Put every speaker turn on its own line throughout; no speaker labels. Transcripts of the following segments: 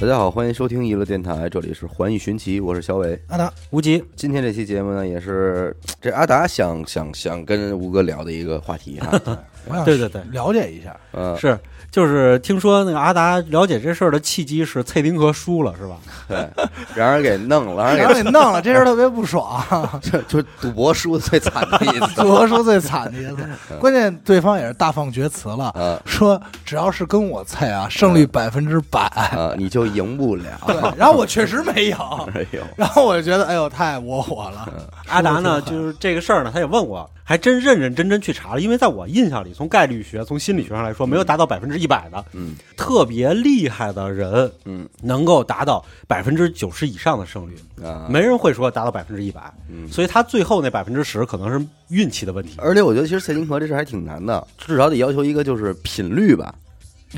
大家好，欢迎收听娱乐电台，这里是环宇寻奇，我是小伟。
阿达，
无极，
今天这期节目呢，也是这阿达想想想跟吴哥聊的一个话题啊 哈，
我想
对对对
了解一下，
嗯，
是就是听说那个阿达了解这事儿的契机是蔡丁格输了是吧？
对，让人给弄了，
然
让
后
人
给弄了，这事儿特别不 爽。
给就就赌博输的最惨的一次
组合说最惨的一次，关键对方也是大放厥词了，
啊
说只要是跟我菜啊，胜率百分之百。
啊，你就赢不
对
了。，
然后我确实没有，
哎呦，
然后我就觉得，哎呦，太窝火了。
阿达
说得
呢，
挺狠
就是这个事儿呢，他也问我，还真认认真真去查了，因为在我印象里，从概率学、从心理学上来说，没有达到百分之一百的，
嗯，
特别厉害的人，
嗯，
能够达到百分之九十以上的胜率，
啊，
没人会说达到百分之一百，
嗯呃
所以他最后那百分之十可能是运气的问题。
而且我觉得其实蔡金河这事儿还挺难的，至少得要求一个就是频率吧，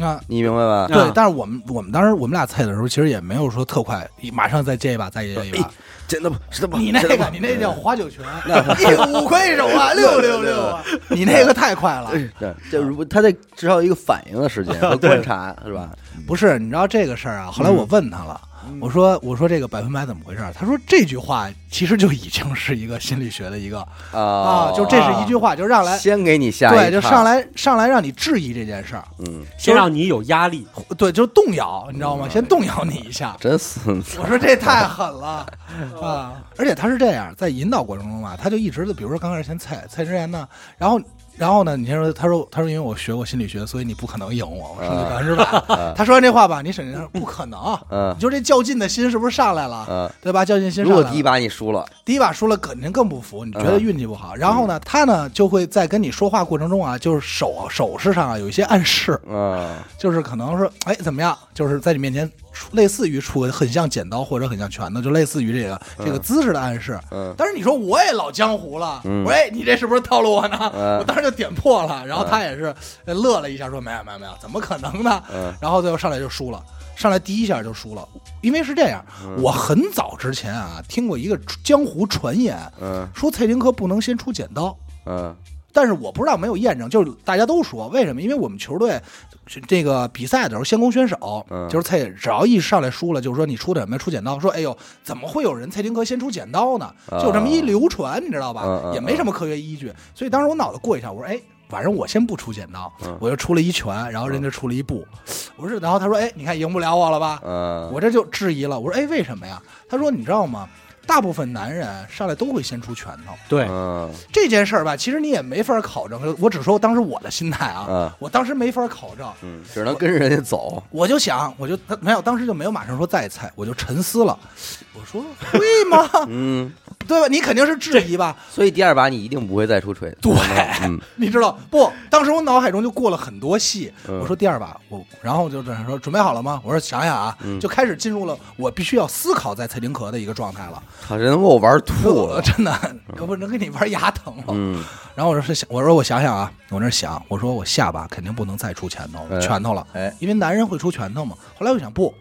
啊，
你明白吧？
对
啊，
但是我们我们当时我们俩菜的时候，其实也没有说特快，马上再接一把，再接一把。
真的不，真的不，
你那
真的
哎个
不，
你那叫花九拳，一五魁首啊，六六六啊，你 那个太快了。
哎对，就是不他得至少有一个反应的时间 和
对
观察，是吧？
不是，你知道这个事儿啊？后来我问他了，我说我说这个百分百怎么回事儿？他说这句话其实就已经是一个心理学的一个
啊
啊，就这是一句话，就让来
先给你下一
对，就
趟
上，来上来让你质疑这件事儿，
嗯，
先让你有压力，
对，就动摇，你知道吗？先动摇你一下。
真孙子，
我说这太狠 了啊！而且他是这样，在引导过程中嘛，他就一直的，比如说刚开始先菜菜之前呢，然后然后呢，你先说，他说他说因为我学过心理学，所以你不可能赢我，我胜
啊
率百分之百。他说完这话吧，你沈先生不可能，
嗯
你就这较劲的心是不是上来了？
嗯，
对吧？较劲心
如
上来
果
了。
第一把啊你输了，
第一把输了，肯定更不服，你觉得运气不好。然后呢，他呢就会在跟你说话过程中啊，就是手手势上啊有一些暗示，
嗯，
就是可能是哎怎么样，就是在你面前出类似于出个很像剪刀或者很像拳头，就类似于这个这个姿势的暗示。
嗯
但是你说我也老江湖了，我说哎你这是不是套路我呢？
嗯
我当时就点破了，然后他也是呃乐了一下说没有没有没有，怎么可能呢？
嗯
然后最后上来就输了。上来第一下就输了，因为是这样，
嗯
我很早之前啊听过一个江湖传言，
嗯
说蔡林科不能先出剪刀，
嗯
但是我不知道没有验证，就是大家都说为什么？因为我们球队这个比赛的时候，先攻选手，
嗯
就是蔡，只要一上来输了，就是说你出的什么呀？出剪刀，说哎呦，怎么会有人蔡丁格先出剪刀呢？
啊
就这么一流传，你知道吧？
嗯嗯
也没什么科学依据，所以当时我脑子过一下，我说哎。反正我先不出剪刀，
嗯
我就出了一拳，然后人家出了一步，我说，然后他说，哎，你看赢不了我了吧？
嗯，
我这就质疑了，我说，哎，为什么呀？他说，你知道吗？大部分男人上来都会先出拳头，
对，
嗯
这件事儿吧，其实你也没法考证。我只说当时我的心态啊，
嗯
我当时没法考证，
嗯，只能跟着人家走，
我就想，我就没有，当时就没有马上说再猜，我就沉思了。我说会吗？
嗯，
对吧？你肯定是质疑吧？
所以第二把你一定不会再出锤子，
对，
嗯
你知道不？当时我脑海中就过了很多戏。
嗯
我说第二把，我然后我就这样说，准备好了吗？我说想想啊，
嗯
就开始进入了我必须要思考在蔡丁壳的一个状态了。
操，人能给我玩吐
我
了，
真的， 要不能给你玩牙疼了。
嗯
然后我说是想，我说我想想啊，我那儿想，我说我下巴肯定不能再出拳头
哎
了，拳头了，
哎，
因为男人会出拳头嘛。后来我想不，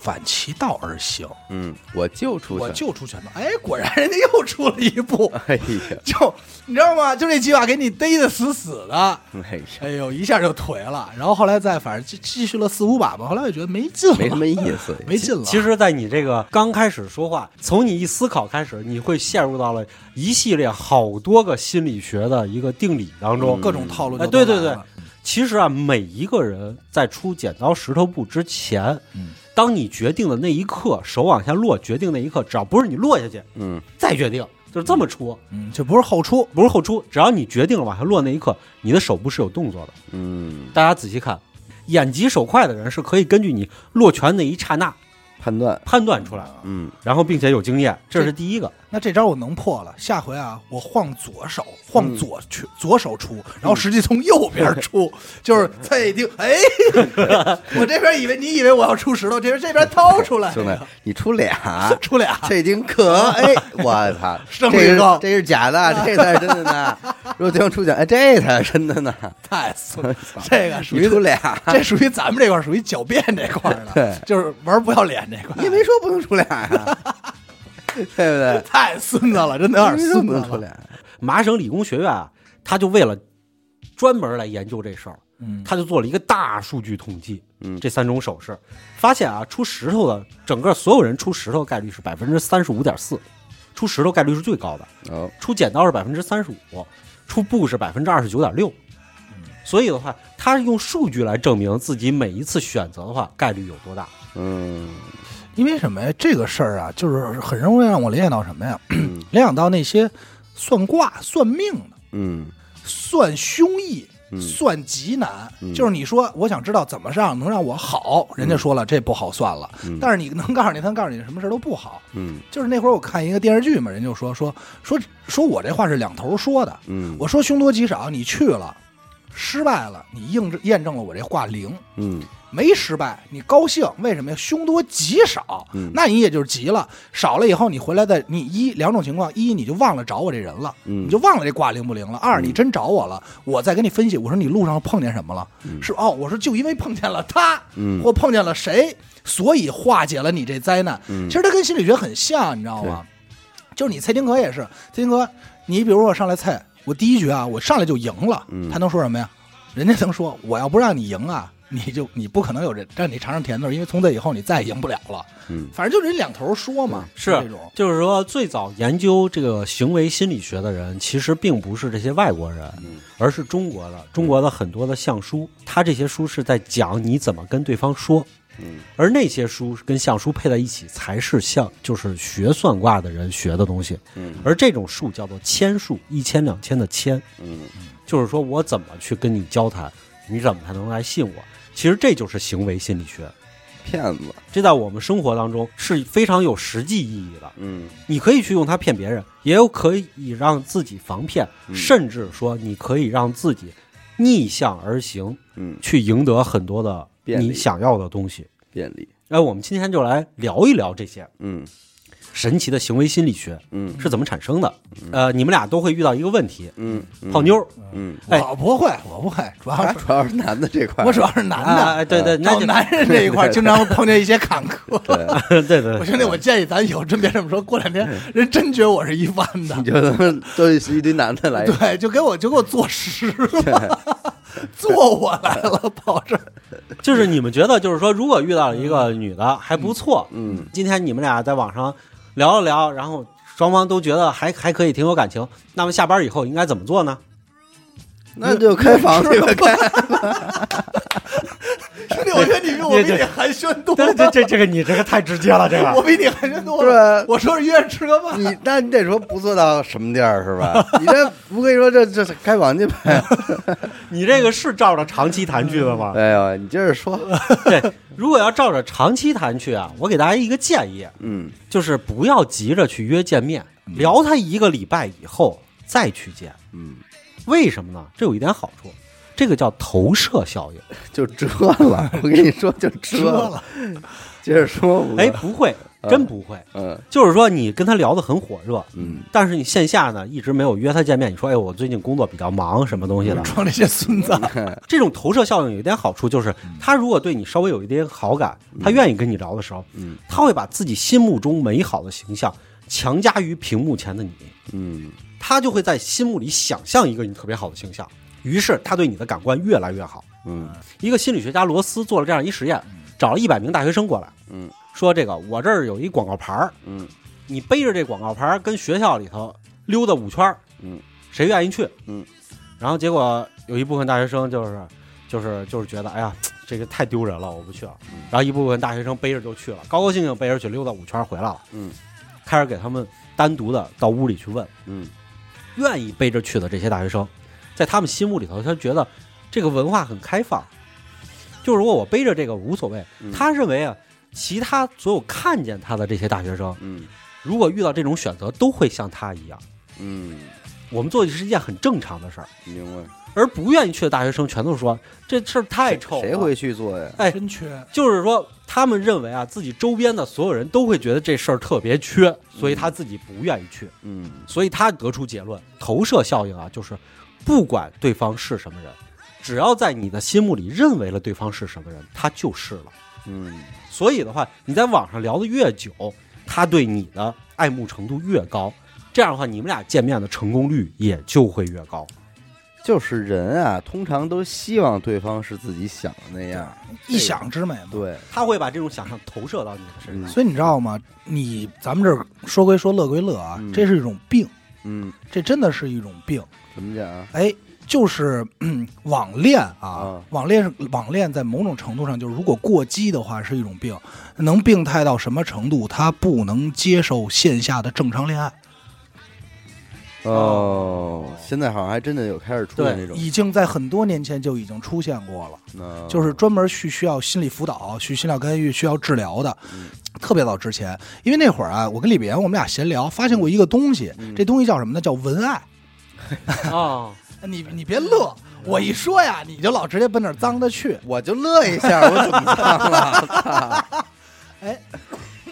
反其道而行，
嗯，我就出
我
去，
就出拳头，哎，果然人家又出了一步，
哎呀，
就你知道吗？就这几把给你逮的死死的，
哎呀，
哎呦，一下就颓了。然后后来再反正继继续了四五把吧，后来我觉得没劲了，
没什么意思，
没劲了。
其实，在你这个刚开始说话，从你一思考开始，你会陷入到了一系列好多个心理学的一个定理当中。
各种套路就
哎
都来
对
了、
对对其实啊，每一个人在出剪刀石头布之前，
嗯
当你决定的那一刻，手往下落，决定那一刻，只要不是你落下去
嗯
再决定，就是这么出，
嗯，就不是后出，
不是后出。只要你决定了往下落那一刻，你的手部是有动作的。
嗯，
大家仔细看，眼疾手快的人是可以根据你落拳那一刹那
判断，
判断出来的，
嗯
然后并且有经验，这是第一个。
那这招我能破了，下回啊，我晃左手，
嗯
晃左去、左手出，然后实际从右边 出，就是蔡一听，哎， 我这边以为你以为我要出石头，这边这边掏 出来，。
兄弟，你出俩
出俩，
这已经可哎，我操，
胜
这
率
是
高
这是假的，这才是真的呢。如果对方出奖，哎，这才是真的呢。
太损了， 这个属
你
于
出俩，
这属于咱们这块儿属于狡辩这块儿
对
的，就是玩不要脸这块
你
儿，
没说不能出俩呀，对不对？
太孙子了，真的有点
你没说
孙
不
子
能出
了。
俩，
麻省理工学院啊，他就为了专门来研究这事儿，
嗯
他就做了一个大数据统计，
嗯
这三种手势，发现啊，出石头的整个所有人出石头概率是百分之三十五点四，出石头概率是最高的，
哦，
出剪刀是百分之三十五，出布是百分之二十九点六。所以的话，他是用数据来证明自己每一次选择的话概率有多大。
嗯
因为什么呀？这个事儿啊，就是很容易让我联想到什么呀？联想到那些算卦、算命的、
嗯
算凶易、
嗯
算极难。
嗯
就是你说我想知道怎么上能让我好，人家说了这不好算了，
嗯
但是你能告诉你，他告诉你什么事儿都不好。
嗯
就是那会儿我看一个电视剧嘛，人就说说说说我这话是两头说的，
嗯，
我说凶多吉少，你去了，失败了，你印证验证了我这话灵。
嗯
没失败，你高兴，为什么呀？凶多吉少，
嗯
那你也就是急了，少了以后你回来的，你一两种情况，一你就忘了找我这人了，
嗯
你就忘了这卦灵不灵了；二你真找我了，我再跟你分析，我说你路上碰见什么了？是哦，我说就因为碰见了他，
嗯
或碰见了谁，所以化解了你这灾难。
嗯
其实它跟心理学很像，你知道吗？就是你蔡丁格也是，蔡丁格，你比如说我上来蔡，我第一局啊，我上来就赢了，
嗯
他能说什么呀？人家能说我要不让你赢啊，你就 你不可能有这让你尝尝甜头，因为从此以后你再也赢不了了。
嗯
反正就是人两头说嘛，
嗯是
这种，。
就是说，最早研究这个行为心理学的人，其实并不是这些外国人，而是中国的。中国的很多的相书，他这些书是在讲你怎么跟对方说，
嗯
而那些书跟相书配在一起，才是像就是学算卦的人学的东西。
嗯
而这种术叫做千术，一千两千的千，
嗯
就是说我怎么去跟你交谈，你怎么才能来信我？其实这就是行为心理学，
骗子，
这在我们生活当中是非常有实际意义的。
嗯
你可以去用它骗别人，也有可以让自己防骗，
嗯
甚至说你可以让自己逆向而行，
嗯，
去赢得很多的
便利
你想要的东西。
便利，
那我们今天就来聊一聊这些
嗯
神奇的行为心理学
嗯
是怎么产生的。呃，你们俩都会遇到一个问题，
嗯，嗯
泡妞，儿。
嗯，
哎
我不会，我不会，主要
他
是
主要是男的这块儿，
我主要是男的，
啊，对对，那
找
就
男人这一块儿经常碰见一些坎坷。
对对对
我，兄弟，我建议咱以后真别这么说，过两天人真觉得我是一弯的
嗯你。就他妈都是一堆男的来，
对，就给我就给我 坐实了，坐我来了，跑这儿。
就是你们觉得，就是说，如果遇到了一个女的还不错，
嗯，
今天你们俩在网上聊了聊，然后双方都觉得还还可以，挺有感情，那么下班以后应该怎么做呢？
那就开房去吧，开，
兄弟，我觉得你比我
也
比
对
你寒暄 多
这
了，
这这这个你这个太直接了，这
我
个
比你寒暄多
是
了。
吧？
我说是约着吃个饭，
你那你得说不做到什么地儿是吧？你这不跟你说这这是开房去呗？
你这个是照着长期谈去的吗？
哎呦，你接着说，
对，如果要照着长期谈去啊，我给大家一个建议，
嗯
就是不要急着去约见面，聊他一个礼拜以后再去见。
嗯，
为什么呢？这有一点好处，这个叫投射效应。
就遮了，我跟你说就遮了，接着说，吴哥
哎，，不会，真不会。
嗯
就是说，你跟他聊得很火热，
嗯，
但是你线下呢一直没有约他见面。你说，哎，我最近工作比较忙，什么东西的？
嗯
装这些孙子。
这种投射效应有一点好处，就是
嗯
他如果对你稍微有一点好感，他愿意跟你聊的时候，
嗯
他会把自己心目中美好的形象强加于屏幕前的你，
嗯
他就会在心目里想象一个你特别好的形象，于是他对你的感官越来越好。
嗯
一个心理学家罗斯做了这样一实验，找了一百名大学生过来，
嗯，
说这个我这儿有一广告牌儿，
嗯
你背着这广告牌儿跟学校里头溜达五圈儿，
嗯，
谁愿意去？
嗯，
然后结果有一部分大学生就是就是就是觉得，哎呀，这个太丢人了，我不去了。
嗯
然后一部分大学生背着就去了，高高兴兴背着去溜达五圈儿回来了。
嗯，
开始给他们单独的到屋里去问，
嗯
愿意背着去的这些大学生，在他们心目里头，他觉得这个文化很开放，就如果我背着这个无所谓
嗯，
他认为啊，其他所有看见他的这些大学生，
嗯
如果遇到这种选择，都会像他一样，
嗯，
我们做的是一件很正常的事儿。
明白？
而不愿意去的大学生全都说这事儿太臭了，
谁会？去做呀？
哎
真 缺，
就是说，他们认为啊，自己周边的所有人都会觉得这事儿特别缺，所以他自己不愿意去。
嗯
所以他得出结论，投射效应啊，就是不管对方是什么人，只要在你的心目里认为了对方是什么人，他就是了。
嗯
所以的话，你在网上聊得越久，他对你的爱慕程度越高，这样的话，你们俩见面的成功率也就会越高。
就是人啊，通常都希望对方是自己想的那样。
一想之美嘛。
对，
他会把这种想象投射到你的身上。
所以你知道吗？你咱们这儿说归说，乐归乐啊，
嗯
这是一种病，
嗯，
这真的是一种病。
怎么讲啊？
哎，就是、嗯、网恋啊，
啊
网恋是网恋，在某种程度上就是，如果过激的话是一种病，能病态到什么程度？他不能接受线下的正常恋爱，
哦，现在好像还真的有开始出现这种，
已经在很多年前就已经出现过了，
嗯
就是专门去需要心理辅导、去心理干预、需要治疗的。
嗯
特别早之前，因为那会儿啊，我跟李别我们俩闲聊，发现过一个东西，
嗯
这东西叫什么呢？叫文爱。嗯
啊，
你你别乐，
嗯
我一说呀，你就老直接奔那儿脏的去。
我就乐一下，我怎么脏了？
哎，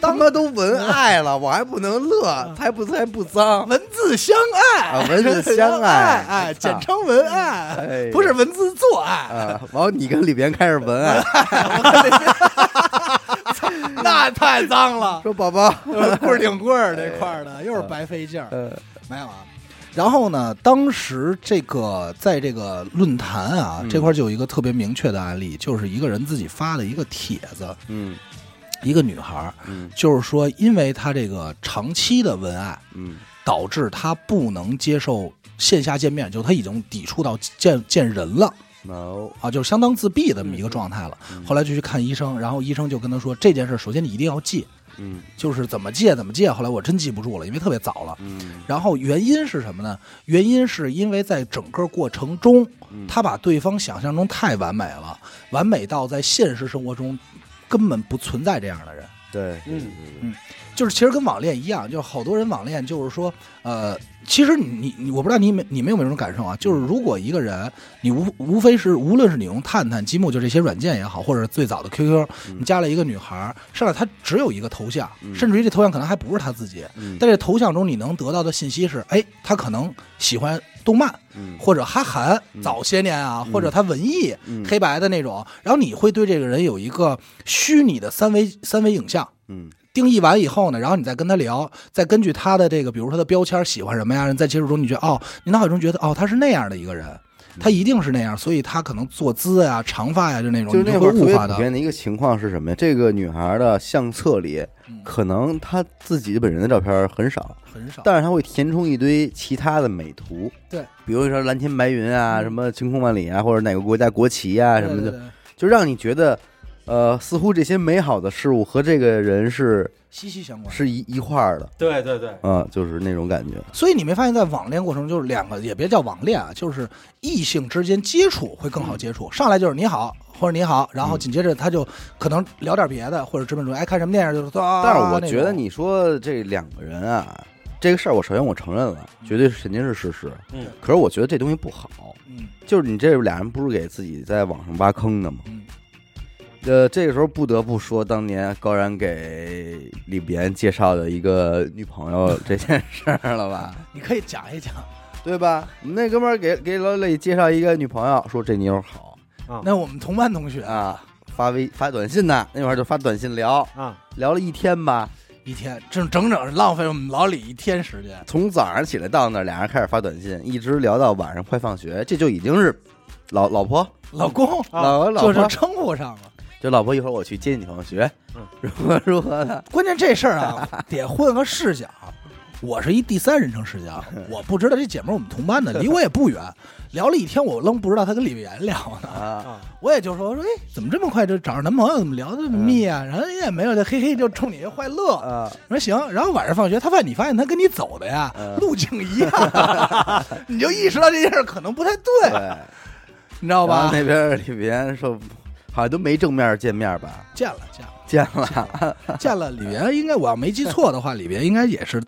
他妈都文爱了，我还不能 乐，才不才不脏。
文字相爱，
啊文字 相爱
爱，哎，
操
简称文爱，
哎
不是文字做爱，
啊，完了，你跟里边开始文爱，
那太脏了，
说宝宝，
棍儿顶棍儿这块儿
哎
的，又是白费劲儿，
呃，
没有啊。然后呢，当时这个在这个论坛啊、
嗯
这块儿就有一个特别明确的案例，就是一个人自己发的一个帖子，
嗯
一个女孩儿，
嗯
就是说因为她这个长期的文爱，
嗯
导致她不能接受线下见面，就她已经抵触到见见人了。
，no，
啊，就是相当自闭的这么一个状态了。后来就去看医生，然后医生就跟他说这件事，首先你一定要戒，
嗯
就是怎么戒怎么戒。后来我真记不住了，因为特别早了。
嗯
然后原因是什么呢？原因是因为在整个过程中，他把对方想象中太完美了，完美到在现实生活中根本不存在这样的人。
对，
嗯
就是其实跟网恋一样，就是好多人网恋就是说，呃，其实你你我不知道你们你们有没有这种感受啊？就是如果一个人，你无无非是无论是你用探探、积木，就这些软件也好，或者最早的 QQ，你
嗯
加了一个女孩儿，上来她只有一个头像，甚至于这头像可能还不是她自己，
嗯
但这头像中你能得到的信息是，哎，她可能喜欢动漫，
嗯
或者哈韩，早些年啊，或者他文艺、
嗯
黑白的那种，然后你会对这个人有一个虚拟的三维三维影像。
嗯
定义完以后呢，然后你再跟他聊，再根据他的这个，比如说他的标签喜欢什么呀，在接触中你觉得哦，你脑海中觉得哦，他是那样的一个人，
嗯
他一定是那样，所以他可能坐姿呀、长发呀，就那种，
就是
你
那
就
会
会
儿特
物
别
化
普
的。
遍的一个情况是什么呀？这个女孩的相册里，可能她自己本人的照片很少，
很嗯少，
但是她会填充一堆其他的美图，
对嗯
比如说蓝天白云啊，什么晴空万里啊，或者哪个国家国旗啊什么
对
的，
对对
就让你觉得，呃，似乎这些美好的事物和这个人是
息息相关。
是一一块儿的，
对对对，
啊、就是那种感觉。
所以你没发现，在网恋过程中，就是两个也别叫网恋啊，就是异性之间接触会更好接
嗯
触。上来就是你好，或者你好，然后紧接着他就可能聊点别的，或者直奔主题，哎，看什么电影就是啊。
但是我觉
那
得
种
你说这两个人啊，这个事儿，我首先我承认了，绝对是肯定是事实。
嗯，
可是我觉得这东西不好，
嗯
就是你这俩人不是给自己在网上挖坑的吗？
嗯
呃，这个时候不得不说，当年高然给李别安介绍的一个女朋友这件事儿了吧，
你可以讲一讲。
对吧？我们那哥们儿给给老李介绍一个女朋友，说这妞儿好
那我们同班同学
啊，发微发短信呢，那会儿就发短信聊，
啊，
聊了一天吧，
一天，这整整浪费我们老李一天时间。
从早上起来到那儿，俩人开始发短信，一直聊到晚上快放学，这就已经是老老婆，
老公
啊
老婆老
就
婆，
是称呼上了。
就老婆一会儿我去接你放学
嗯，
如何如何的，
关键这事儿啊， 得混个视角。我是一第三人称 视角，我不知道这姐们儿我们同班的，离我也不远。聊了一天，我愣不知道她跟李碧言聊呢。
啊
我也就说，我说，哎，怎么这么快就找着男朋友？怎么聊得这么密
嗯
啊？然后人也没有，就嘿嘿，就冲你这坏乐。
啊，
我说行，然后晚上放学，他发现你发现他跟你走的呀、
嗯
路径一 样， 你就意识到这件事可能不太对，
对。
你知
然
道
后
吧？
那边里边说，好像都没正面见面吧？
见了见了
见了，
见了，里边应该我要没记错的话，里边应该也是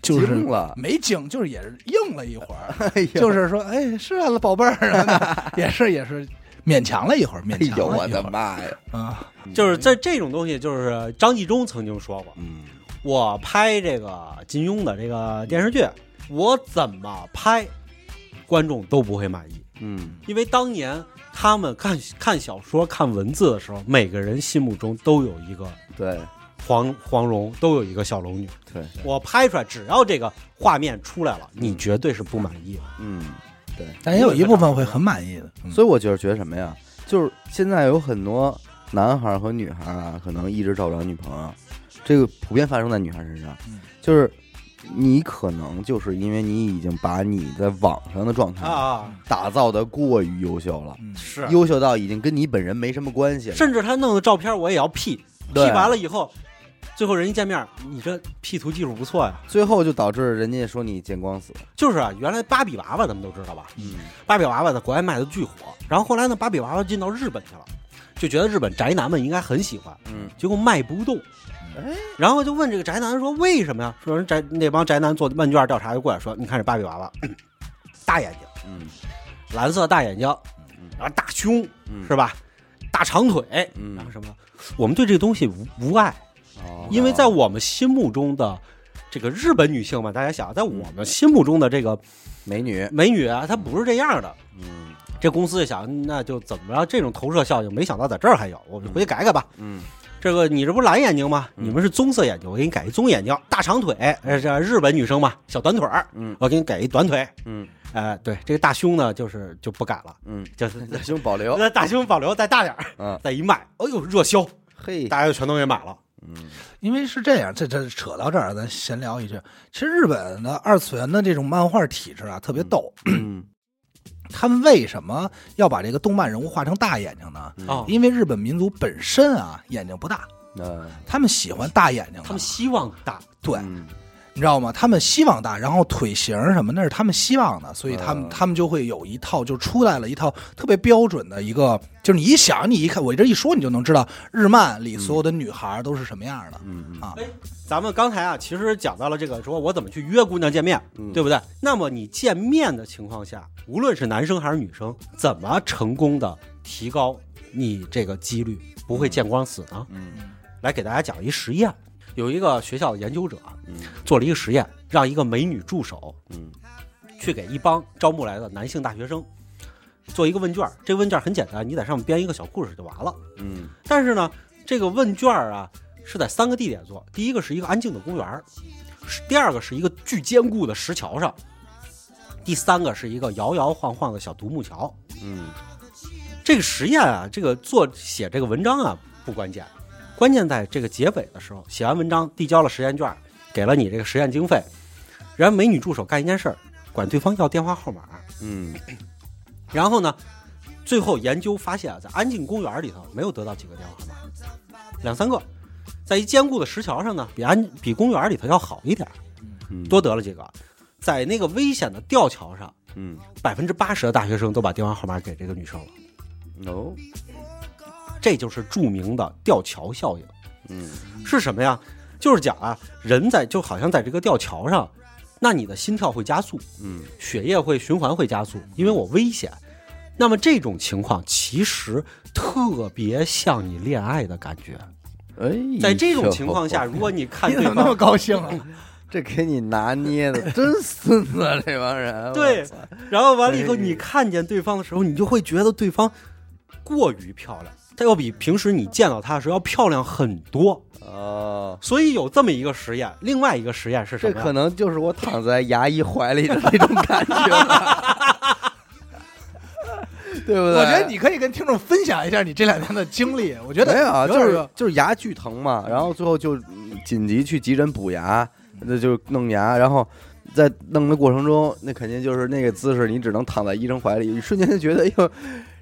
就是
惊了
没惊，就是也是硬了一会儿，
哎 呦
就是说 哎是啊，宝贝儿啊， 也是也是勉强了一会儿，勉
哎呦
强
我
了一会
的
儿、
妈 呀！
啊，
就是在这种东西，就是张纪中曾经说过，
嗯
我拍这个金庸的这个电视剧，我怎么拍，观众都不会满意，
嗯
因为当年他们看 看小说、看文字的时候，每个人心目中都有一个
对
黄黄蓉，都有一个小龙女。
对，
嗯
我拍出来，只要这个画面出来了，你绝对是不满意的。
嗯对，
但也有一部分会很满意的。嗯
所以我就是觉得什么呀，就是现在有很多男孩儿和女孩儿啊，可能一直找不着女朋友，这个普遍发生在女孩儿身上
嗯，
就是你可能就是因为你已经把你在网上的状态
啊，
打造的过于优秀了，
嗯
是
优秀到已经跟你本人没什么关系了，
甚至他弄的照片我也要 P，P
对
完了以后，最后人一见面，你这 P 图技术不错呀。
最后就导致人家说你见光死，
就是啊，原来芭比娃娃咱们都知道吧，
嗯，
芭比娃娃在国外卖的巨火，然后后来呢，芭比娃娃进到日本去了，就觉得日本宅男们应该很喜欢，
嗯，
结果卖不动
哎。
然后就问这个宅男说为什么呀？说人宅那帮宅男做问卷调查就过来说，你看这芭比娃 娃，大眼睛，
嗯
蓝色大眼睛，然后大胸
嗯
是吧？大长腿，
嗯
然后什么？我们对这个东西无无爱，
哦
因为在我们心目中的这个日本女性嘛，大家想，在我们心目中的这个
美女，
美女啊，她不是这样的。
嗯
这公司就想，那就怎么着？这种投射效应，没想到在这儿还有，我们回去改改吧。
嗯
这个你这不是蓝眼睛吗？
嗯
你们是棕色眼睛，我给你改一棕眼睛，大长腿，呃，这日本女生嘛，小短腿儿，
嗯
我给你改一短腿。
嗯
呃，对，这个大胸呢，就是就不改了，
嗯，
就是
胸保留，
那大胸保留，再大点儿，
嗯，
再一卖，哎呦，热销，
嘿，
大家就全都给买了。
嗯
因为是这样，这这扯到这儿，咱闲聊一句。其实日本的二次元的这种漫画体制啊，特别逗。
嗯
他们为什么要把这个动漫人物画成大眼睛呢？
哦，
因为日本民族本身啊眼睛不大，
那
他们喜欢大眼睛的。
他们希望大，
对，
嗯
你知道吗？他们希望大，然后腿型什么那是他们希望的，所以他们、
嗯
他们就会有一套，就出来了一套特别标准的一个，就是你一想，你一看，我这一说，你就能知道日漫里所有的女孩都是什么样的。
嗯
啊
咱们刚才啊，其实讲到了这个，说我怎么去约姑娘见面，
嗯
对不对？那么你见面的情况下，无论是男生还是女生，怎么成功的提高你这个几率不会见光死呢？
嗯
来给大家讲一实验，有一个学校的研究者
嗯
做了一个实验，让一个美女助手
嗯
去给一帮招募来的男性大学生做一个问卷，这个问卷很简单，你在上面编一个小故事就完了。
嗯
但是呢，这个问卷啊是在三个地点做，第一个是一个安静的公园儿，是第二个是一个巨坚固的石桥上，第三个是一个摇摇晃晃的小独木桥。
嗯
这个实验啊，这个做写这个文章啊不关键，关键在这个结尾的时候，写完文章递交了实验卷，给了你这个实验经费，然后美女助手干一件事儿，管对方要电话号码，
嗯
然后呢，最后研究发现啊，在安静公园里头没有得到几个电话号码，两三个，在一坚固的石桥上呢，比安比公园里头要好一点，
嗯
多得了几个。在那个危险的吊桥上，
嗯
百分之八十的大学生都把电话号码给这个女生了，
no
这就是著名的吊桥效应。
嗯
是什么呀？就是讲啊，人在就好像在这个吊桥上，那你的心跳会加速，
嗯
血液会循环会加速，因为我危险。那么这种情况其实特别像你恋爱的感觉。
哎，
在这种情 况下，如果你看
你怎
对
么 那么
方，
高兴啊？
这给你拿捏的真孙子，这帮人我
对
操
然后完了以后，
哎
你看见对方的时候，你就会觉得对方过于漂亮，她要比平时你见到她的时候要漂亮很多。
哦。
所以有这么一个实验，另外一个实验是什
这
么呀
可？能就是我躺在牙医怀里的那种感觉吧， 对不对？
我觉得你可以跟听众分享一下你这两天的经历。我觉得
没有啊，
有
就
点
是就是牙巨疼嘛，然后最后就嗯紧急去急诊补牙，那就弄牙，然后在弄的过程中，那肯定就是那个姿势，你只能躺在医生怀里，瞬间就觉得，哎呦，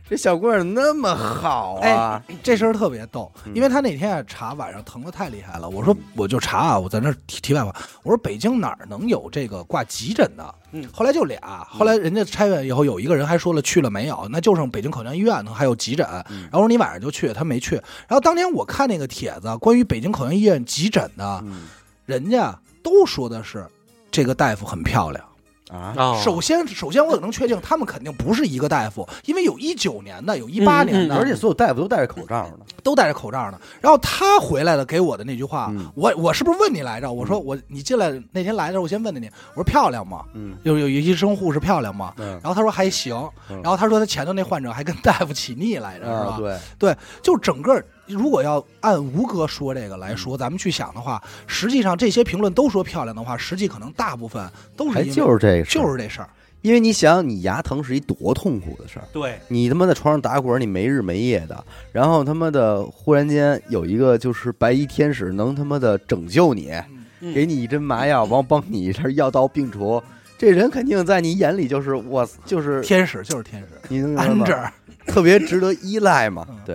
这小姑娘那么好啊，
哎这事儿特别逗，
嗯
因为他那天啊查晚上疼的太厉害了，我说我就查啊，我在那儿题题外话，我说北京哪儿能有这个挂急诊的？
嗯
后来就俩，后来人家拆院以后，有一个人还说了去了没有，那就剩北京口腔医院呢还有急诊，
嗯
然后我说你晚上就去，他没去。然后当天我看那个帖子，关于北京口腔医院急诊的，
嗯
人家都说的是这个大夫很漂亮。
啊，
哦
首先，首先我能确定他们肯定不是一个大夫，因为有一九年的，有一八年
嗯
的，
而且所有大夫都戴着口罩呢，
都戴着口罩呢。然后他回来了，给我的那句话，
嗯
我我是不是问你来着？我说我你进来那天来的时候，我先问的你，我说漂亮吗？
嗯
有有医生护士漂亮吗？
嗯
然后他说还行，
嗯
然后他说他前头那患者还跟大夫起腻来着，是吧？
啊，对，
对，就整个如果要按吴哥说这个来
嗯
说，咱们去想的话，实际上这些评论都说漂亮的话，实际可能大部分都是
还
因为
就是这个事儿，
就是这事儿，
因为你想，你牙疼是一多痛苦的事儿，
对，
你他妈在床上打滚儿，你没日没夜的，然后他妈的忽然间有一个就是白衣天使能他妈的拯救你，
嗯
给你一针麻药，完帮你一下药到病除，这人肯定在你眼里就是我就是
天使就是天使
你能明白吗
，Angel，
特别值得依赖嘛
嗯，
对，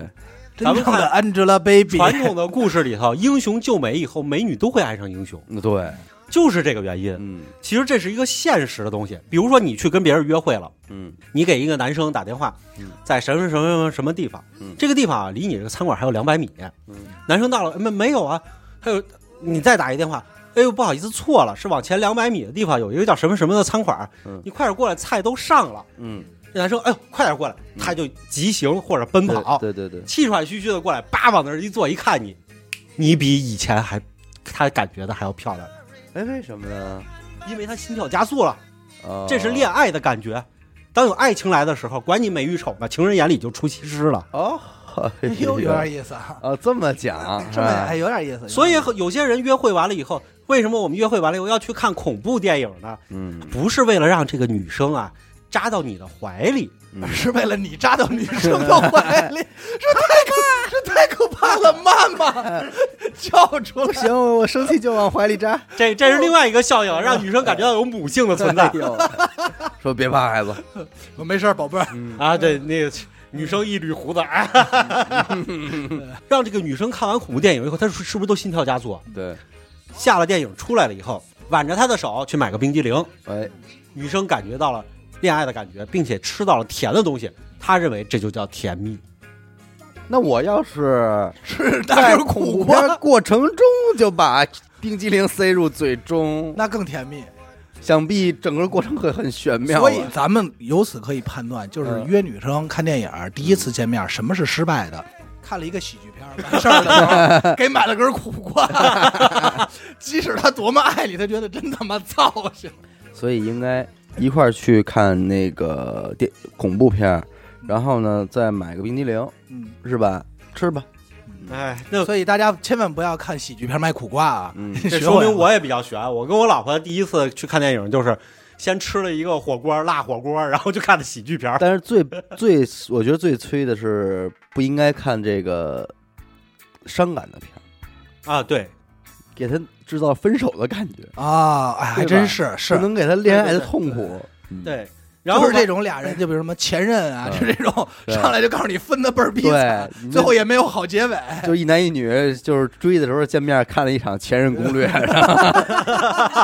真正
咱们
的 Angelababy，
传统的故事里头，英雄救美以后，美女都会爱上英雄，
嗯对，
就是这个原因。
嗯
其实这是一个现实的东西。比如说，你去跟别人约会了，
嗯
你给一个男生打电话
嗯，
在什么什么什么什么地方
嗯，
这个地方啊，离你这个餐馆还有两百米。
嗯
男生到了，没没有啊？还有，你再打一电话，哎呦，不好意思，错了，是往前两百米的地方有一个叫什么什么的餐馆
嗯，
你快点过来，菜都上了。
嗯，
这男生，哎呦，快点过来，他就急行或者奔
对
跑，
嗯对对对，
气喘吁吁的过来，叭往那儿一坐，一看你，你比以前还，他感觉的还要漂亮，
哎，为什么呢？
因为他心跳加速了。
啊，
这是恋爱的感觉。当有爱情来的时候，管你美与丑呢，情人眼里就出西施了。
哦，哎
哎呦， 有点意思啊，
啊，这么讲，
这么
哎
哎有点意思。
所以
有点意思
有些人约会完了以后，为什么我们约会完了以后要去看恐怖电影呢？
嗯，
不是为了让这个女生啊扎到你的怀里，
嗯
是为了你扎到女生的怀里，这太可这太可怕了，妈妈叫出
不
来。
行，我我生气就往怀里扎。
这这是另外一个效应，让女生感觉到有母性的存在
说别怕，孩子，
我 没事儿，宝贝儿。
啊。对，那个女生一捋胡子，啊、让这个女生看完恐怖电影以后，她是是不是都心跳加速？ 啊
对，
下了电影出来了以后，挽着她的手去买个冰激凌，
哎，
女生感觉到了恋爱的感觉，并且吃到了甜的东西，她认为这就叫甜蜜。
那我要是
是，
在
但是
恐
苦
怖
瓜
片过程中就把冰激凌塞入嘴中，
那更甜蜜。
想必整个过程会很玄妙
所以
了。
咱们由此可以判断，就是
嗯
约女生看电影儿，第一次见面，什么是失败的？嗯 看了一个喜剧 片儿，完事儿的时候给买了 根苦瓜， 即使他多么爱你，他觉得真他妈糟心。
所以应该一块儿去看那个电恐怖片儿，然后呢再买个冰激凌，
嗯，
是吧？吃吧，
哎，那
所以大家千万不要看喜剧片卖苦瓜啊！
嗯
这
学
说
会
明
了
我也比较悬。我跟我老婆第一次去看电影，就是先吃了一个火锅，辣火锅，然后就看的喜剧片儿。
但是最最，我觉得最催的是不应该看这个伤感的片儿，
啊，对，
嗯
给他制造分手的感觉，
啊，哎，还真是
不
是，
能给他恋爱的痛
对
苦。嗯
对，然
就
后
是这种俩人，就比如什么前任啊，
嗯
就这种
对
上来就告诉你分的倍儿逼惨
对，
最后也没有好结尾。
就一男一女，就是追的时候见面看了一场《前任攻略》，然后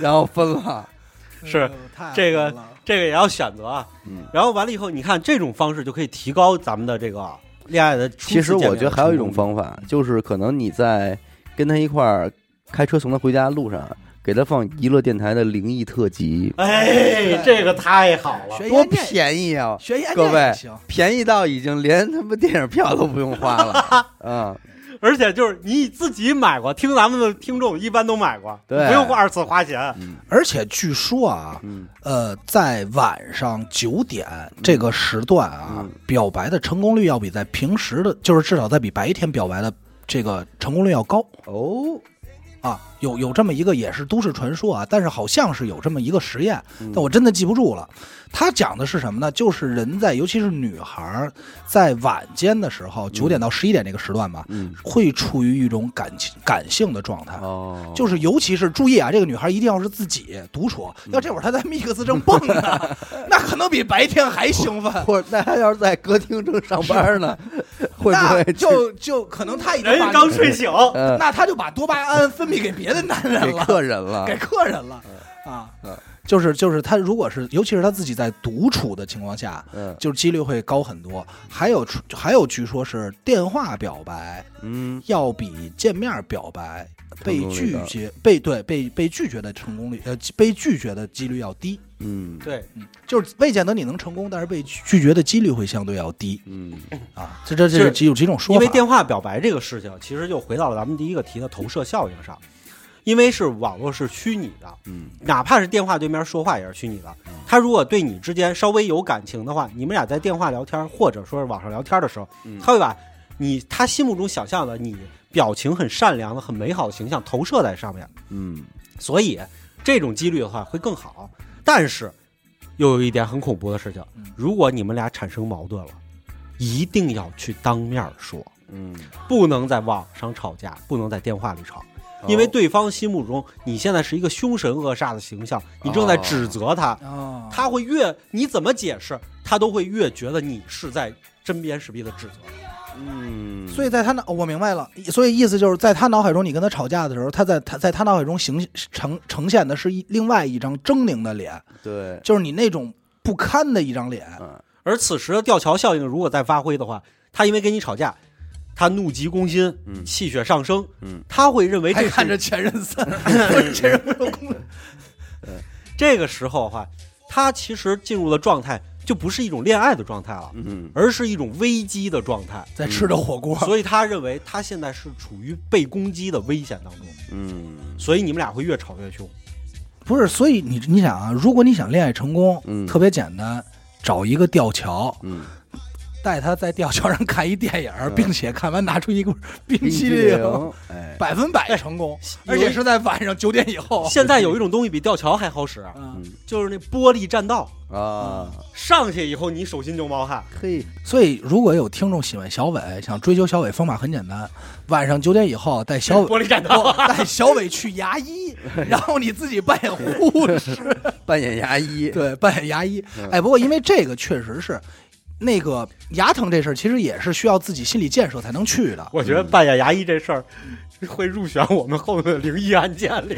然后 分了。
是
嗯太
这
好
个
了
这个也要选择啊。
嗯
然后完了以后，你看这种方式就可以提高咱们的这个恋爱的初次
其实
见面
我觉得还有一种
的成功
方法，就是可能你在跟他一块儿开车送他回家的路上，给他放娱乐电台的灵异特辑，
率。哎，这个太好了。
学
多
院电
便宜啊！
学院
各位
哎行，
便宜到已经连他妈电影票都不用花了。嗯，
而且就是你自己买过，听咱们的听众一般都买过，
对
不用花二次花钱。
而且据说啊，
嗯
呃，在晚上九点这个时段啊，
嗯
表白的成功率要比在平时的，就是至少在比白天表白的这个成功率要高
哦，
啊。有有这么一个也是都市传说啊，但是好像是有这么一个实验，
嗯
但我真的记不住了。他讲的是什么呢？就是人在，尤其是女孩儿，在晚间的时候，九点到十一点这个时段吧，
嗯，
会处于一种感情感性的状态。
哦，
就是尤其是注意啊，这个女孩一定要是自己独处，
嗯
要这会儿她在 mix 正蹦呢， 那可能比白天还兴奋。
或者那他要是在歌厅正上班呢， 会不
那
会去
就就可能她已经
人
把
家哎刚睡醒，
呃
那她就把多巴胺分泌给别的男人
给
了，
客人了
给？客人了啊
嗯。
就是就是她如果是尤其是她自己在独处的情况下，
嗯
就是几率会高很多。还有出还有，据说是电话表白
嗯，
要比见面表白被
成功率
拒
高
绝被对被被拒绝的成功率呃被拒绝的几率要低。
嗯
对，
就是未见得你能成功，但是被拒绝的几率会相对要低
嗯
啊。这这这
是
是几有几种说
因
法，
为电话表白这个事情，其实就回到了咱们第一个提的投射效应上，因为是网络是虚拟的，
嗯
哪怕是电话对面说话也是虚拟的。他如果对你之间稍微有感情的话，你们俩在电话聊天或者说是网上聊天的时候，
嗯
他会把你他心目中想象的你表情很善良的、很美好的形象投射在上面。
嗯
所以这种几率的话会更好。但是又有一点很恐怖的事情
嗯，
如果你们俩产生矛盾了，一定要去当面儿说，
嗯，
不能在网上吵架，不能在电话里吵，
哦
因为对方心目中你现在是一个凶神恶煞的形象，你正在指责他，
哦
他会越你怎么解释，他都会越觉得你是在针砭时弊的指责。
嗯，
所以在他脑，哦我明白了，所以意思就是在他脑海中，你跟他吵架的时候，他在他在他脑海中形呈呈现的是一另外一张狰狞的脸，
对，
就是你那种不堪的一张脸。
嗯
而此时的吊桥效应如果再发挥的话，他因为跟你吵架，他怒急攻心，
嗯
气血上升，
嗯，
他会认为这
还
是
看着前任 三，不是前任不是公
这个时候的话，他其实进入的状态就不是一种恋爱的状态了，
嗯，
而是一种危机的状态。
在吃着火锅，
所以他认为他现在是处于被攻击的危险当中，
嗯，
所以你们俩会越吵越凶。
不是？所以你你想啊，如果你想恋爱成功，
嗯
特别简单，找一个吊桥，
嗯，
带他在吊桥上看一电影，并且看完拿出一个嗯冰淇
冰
淋，
淋，哎，
百分百成功，
哎
而且是在晚上九点以 后。
现在有一种东西比吊桥还好使，啊
嗯，
嗯
就是那玻璃栈道，
啊，
上去以后你手心就冒汗。
嘿，
所以如果有听众喜欢小伟，想追求小伟，方法很简单，晚上九点以后带小伟
玻璃栈道，
不带小伟去牙医，然后你自己扮演护士，
扮演牙医，
对，扮演牙医
嗯。
哎，不过因为这个确实是。那个牙疼这事儿，其实也是需要自己心理建设才能去的。
我觉得扮演牙医这事儿会入选我们后面的灵异案件里。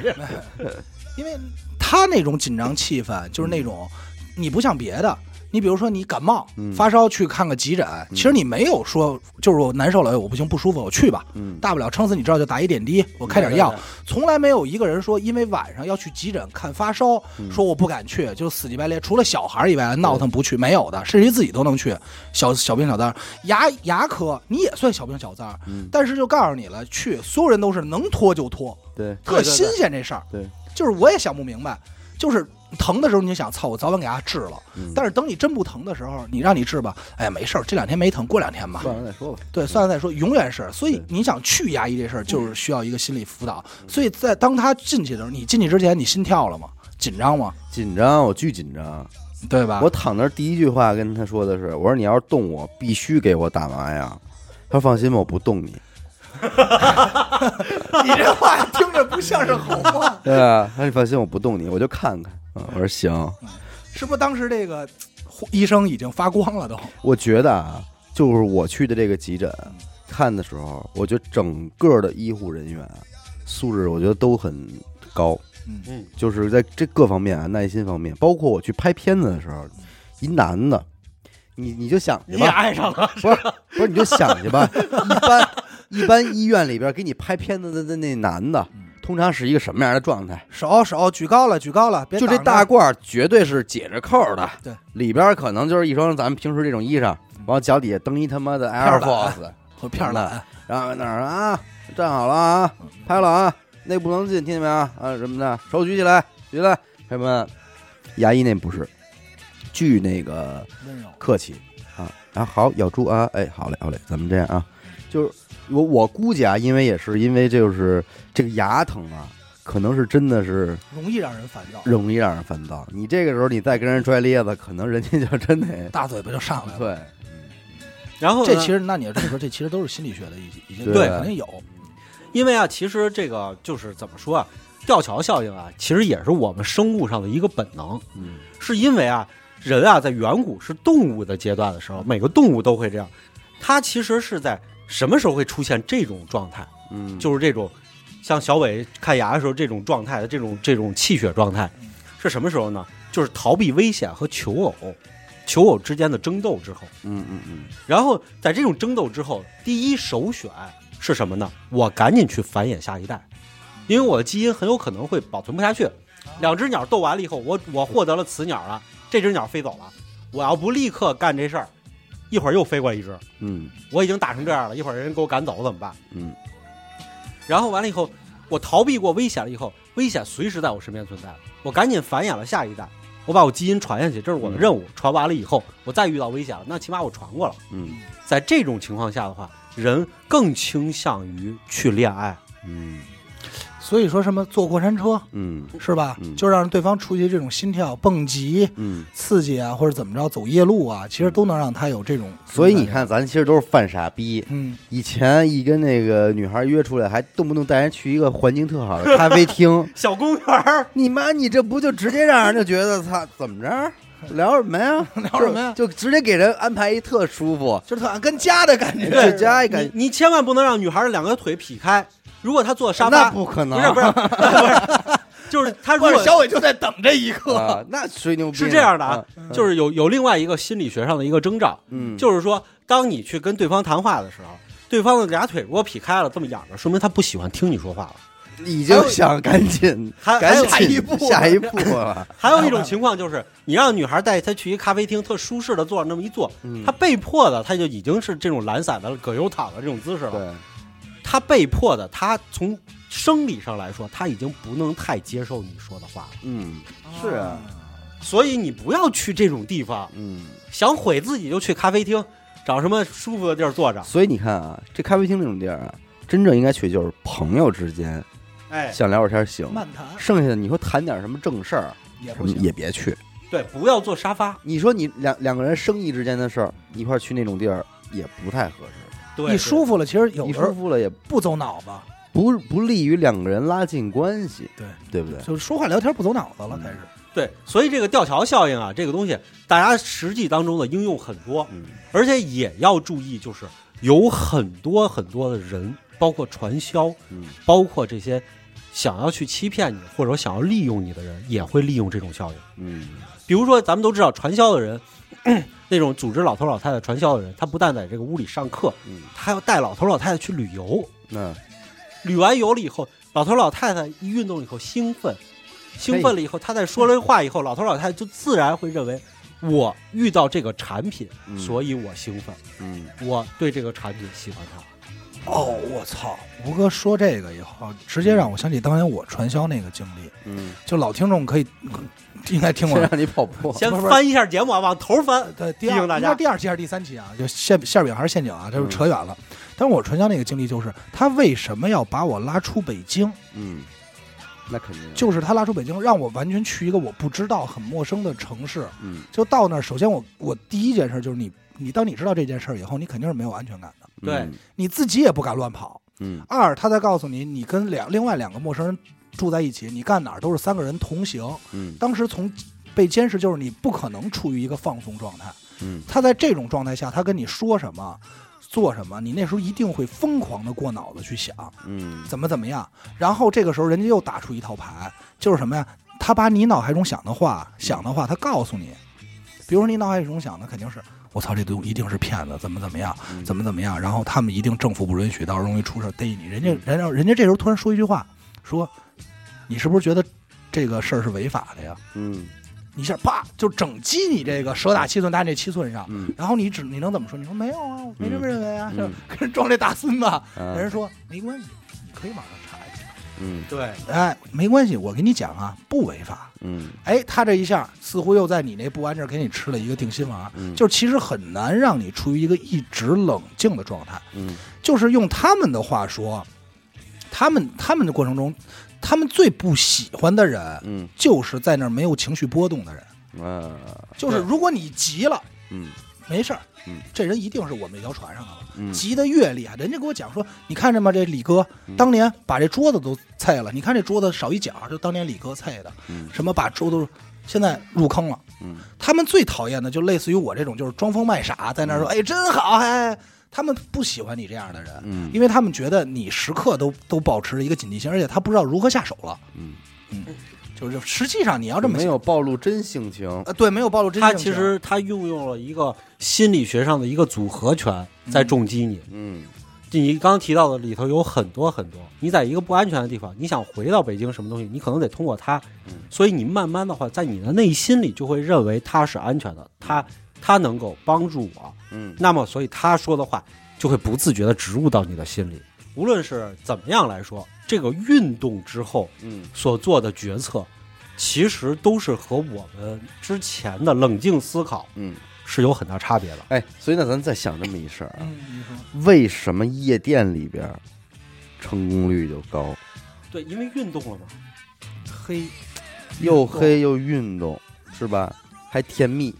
因为他那种紧张气氛，就是那种你不像别的，你比如说你感冒、
嗯
发烧去看个急诊，其实你没有说就是我难受了，哎我不行不舒服，我去吧，
嗯，
大不了撑死你这儿就打一点滴，我开点药，从来没有一个人说因为晚上要去急诊看发烧，
嗯
说我不敢去，就死乞白赖。除了小孩以外，闹腾不去，没有的，甚至于自己都能去。小小兵小灾儿，牙牙科你也算小兵小灾儿，
嗯
但是就告诉你了，去所有人都是能拖就拖，
对，
特
对对
新鲜这事儿。
对，
就是我也想不明白，就是疼的时候你就想，操，我早晚给它治了。
嗯
但是等你真不疼的时候，你让你治吧，哎，没事儿，这两天没疼，过两天吧。
算了再说吧，
对，算了再说，永远是。所以
对
你想去牙医这事儿，就是需要一个心理辅导。所以在当他进去的时候，你进去之前，你心跳了吗？紧张吗？
紧张，我巨紧张，
对吧？
我躺那儿第一句话跟他说的是，我说你要是动我，必须给我打麻药。他说放心吧，我不动你。
你这话听着不像是吼话，
对啊，他说你放心，我不动你，我就看看。嗯，我说行，
是不是？当时这个呼医生已经发光了都，
我觉得啊，就是我去的这个急诊看的时候，我觉得整个的医护人员素质，我觉得都很高，
嗯，
就是在这各方面啊，耐心方面，包括我去拍片子的时候，一男的，你你就想去
哎
你也
吧，
爱上了，
不是不是，你就想去吧，一般一般医院里边给你拍片子的那那男的
嗯，
通常是一个什么样的状态？
手手举高了，举高了，别
就这
挡着
大褂儿绝对是解着扣儿的，
对，
里边儿可能就是一双咱们平时这种衣裳，完了脚底下蹬一他妈的 Air
嗯儿的
Force，
和片儿懒，
然后在那儿啊，站好了啊，拍了啊，内不能进，听见没有啊？啊什么的，手举起来，举起来，什么？牙医那不是，巨那个
温柔。
客气啊，啊好，咬住啊，哎，好嘞，好嘞，咱们这样啊，就是我我估计啊，因为也是因为就是这个牙疼啊，可能是真的是
容易让人烦躁，
容易让人烦躁。你这个时候你再跟人拽咧子，可能人家就真得
大嘴巴就上来了。
对，
然后呢
这其实，那你要这么说，这其实都是心理学的一些一些，
对
肯定有。
因为啊，其实这个就是怎么说啊，吊桥效应啊，其实也是我们生物上的一个本能，
嗯
是因为啊，人啊在远古是动物的阶段的时候，每个动物都会这样，它其实是在什么时候会出现这种状态？
嗯，
就是这种，像小伟看牙的时候这种状态的这种这种气血状态
嗯，
是什么时候呢？就是逃避危险和求偶，求偶之间的争斗之后。
嗯嗯嗯，
然后在这种争斗之后，第一首选是什么呢？我赶紧去繁衍下一代，因为我的基因很有可能会保存不下去。两只鸟斗完了以后，我我获得了雌鸟了，这只鸟飞走了，我要不立刻干这事儿，一会儿又飞过来一只，
嗯
我已经打成这样了，一会儿人给我赶走怎么办？
嗯
然后完了以后，我逃避过危险了以后，危险随时在我身边存在了，我赶紧繁衍了下一代，我把我基因传下去，这是我的任务。传完了以后，我再遇到危险了，那起码我传过了。
嗯
在这种情况下的话，人更倾向于去恋爱。。
嗯，
所以说什么坐过山车
嗯
是吧
嗯？
就让对方出去这种心跳、蹦极、
嗯，
刺激啊，或者怎么着走夜路啊，其实都能让他有这种。
所以你，看，咱其实都是犯傻逼。
嗯，
以前一跟那个女孩约出来，还动不动带人去一个环境特好的咖啡厅
小公园儿，
你妈，你这不就直接让人就觉得操怎么着？聊什么 呀？
聊什么呀
就就直接给人安排一特舒服，
就是特跟家的感觉。
这家也感
你你千万不能让女孩儿两个腿劈开。如果她坐沙发，
那不可能
不是不是不是，就是她如
或
果
者小伟就在等这一刻。
啊，那吹牛逼
是这样的啊
啊，，
就是有有另外一个心理学上的一个征兆，
嗯，
就是说，当你去跟对方谈话的时候，对方的俩腿如果劈开了，这么仰着，说明他不喜欢听你说话了。
已经想赶紧
还
赶紧
还有一步
下一步 了，
还有一种情况就是，你让女孩带她去一咖啡厅，特舒适的坐着那么一坐，
嗯
她被迫的，她就已经是这种懒散的葛优躺的这种姿势了。
对，
她被迫的，她从生理上来说，她已经不能太接受你说的话了。
嗯，是啊，
所以你不要去这种地方，
嗯，
想毁自己就去咖啡厅，找什么舒服的地儿坐着。
所以你看啊，这咖啡厅这种地儿啊，真正应该去就是朋友之间
哎，
想聊会儿天儿行，
漫谈
剩下的你说谈点什么正事儿
也哎不行。
也别去。
对，不要坐沙发。
你说你两两个人生意之间的事儿，一块儿去那种地儿也不太合适，
对，
你
对
舒服了，其实有
你
时
舒
候
服了也
不走脑子，
不不利于两个人拉近关系，
对
对不对？
就是说话聊天不走脑子了，开始。
对，所以这个吊桥效应啊，这个东西大家实际当中的应用很多，
嗯
而且也要注意，就是有很多很多的人，包括传销，
嗯，
包括这些想要去欺骗你或者想要利用你的人，也会利用这种效应。
嗯
比如说，咱们都知道传销的人， 那种组织老头老太太传销的人，他不但在这个屋里上课，
嗯，
他还要带老头老太太去旅游，
那
旅完游了以后，老头老太太一运动以后兴奋，兴奋了以后，他再说了话以后，老头老太太就自然会认为我遇到这个产品，
嗯
所以我兴奋，
嗯
我对这个产品喜欢它。
哦，我操！吴哥说这个以后，直接让我想起当年我传销那个经历。
嗯，
就老听众可以应该听过
先。让你跑步，
先
不是不是
翻一下节目啊，往头翻。
对，第
提
二
醒大
应
家
该是第二期还是第三期啊？就馅馅饼还是陷阱啊？这
嗯
是扯远了。但是我传销那个经历就是，他为什么要把我拉出北京？
嗯，那肯定
就是他拉出北京，让我完全去一个我不知道、很陌生的城市。
嗯
就到那儿，首先我我第一件事就是你，你当你知道这件事儿以后，你肯定是没有安全感的，
对
你自己也不敢乱跑。
嗯
二，他再告诉你，你跟两另外两个陌生人住在一起，你干哪儿都是三个人同行。
嗯
当时从被监视，就是你不可能处于一个放松状态。
嗯
他在这种状态下，他跟你说什么、做什么，你那时候一定会疯狂的过脑子去想
嗯
怎么怎么样。然后这个时候，人家又打出一套牌，就是什么呀？他把你脑海中想的话、想的话，他告诉你。比如说你脑海中想的肯定是我操，这东西一定是骗子，怎么怎么样，
嗯
怎么怎么样。然后他们一定政府不允许，到时候容易出事儿逮你。人家，人家，人家这时候突然说一句话，说你是不是觉得这个事儿是违法的呀？
嗯
你一下啪就整击你这个蛇打七寸打你这七寸上，
嗯
然后你只你能怎么说？你说没有啊，我没这么认为啊，
嗯
就跟人装这大孙子，
啊
人家说没关系，你可以马上查一查，
嗯
对，
哎，没关系，我跟你讲啊，不违法。
嗯
哎，他这一下似乎又在你那不安这儿给你吃了一个定心丸，
嗯
就是其实很难让你处于一个一直冷静的状态。
嗯
就是用他们的话说，他们他们的过程中，他们最不喜欢的人，
嗯
就是在那儿没有情绪波动的人。
啊
就是
对
如果你急了，
嗯
没事儿，
嗯
这人一定是我们一条船上的了。
嗯
急得越厉害，人家给我讲说，你看着吗？这李哥当年把这桌子都菜了，你看这桌子少一角，就当年李哥菜的，
嗯
什么把桌都现在入坑了。
嗯
他们最讨厌的就类似于我这种，就是装疯卖傻，在那儿说，哎，真好，哎，他们不喜欢你这样的人，
嗯
因为他们觉得你时刻都都保持着一个警惕性，而且他不知道如何下手了。
嗯，
就是实际上你要这么
没
想
有暴露真性情，
呃，对，没有暴露真
他
性
其
情
实他运用了一个心理学上的一个组合拳在重击你。
嗯
你刚提到的里头有很多很多，你在一个不安全的地方，你想回到北京什么东西，你可能得通过它
嗯，
所以你慢慢的话，在你的内心里就会认为它是安全的，它它能够帮助我，
嗯
那么所以他说的话就会不自觉的植入到你的心里。无论是怎么样来说，这个运动之后
嗯
所做的决策，其实都是和我们之前的冷静思考
嗯，
是有很大差别的。
哎，所以呢，咱再想这么一事儿啊，
嗯，你说
为什么夜店里边儿成功率就高？
对，因为运动了嘛，黑
又黑又运动，是吧？还甜 蜜，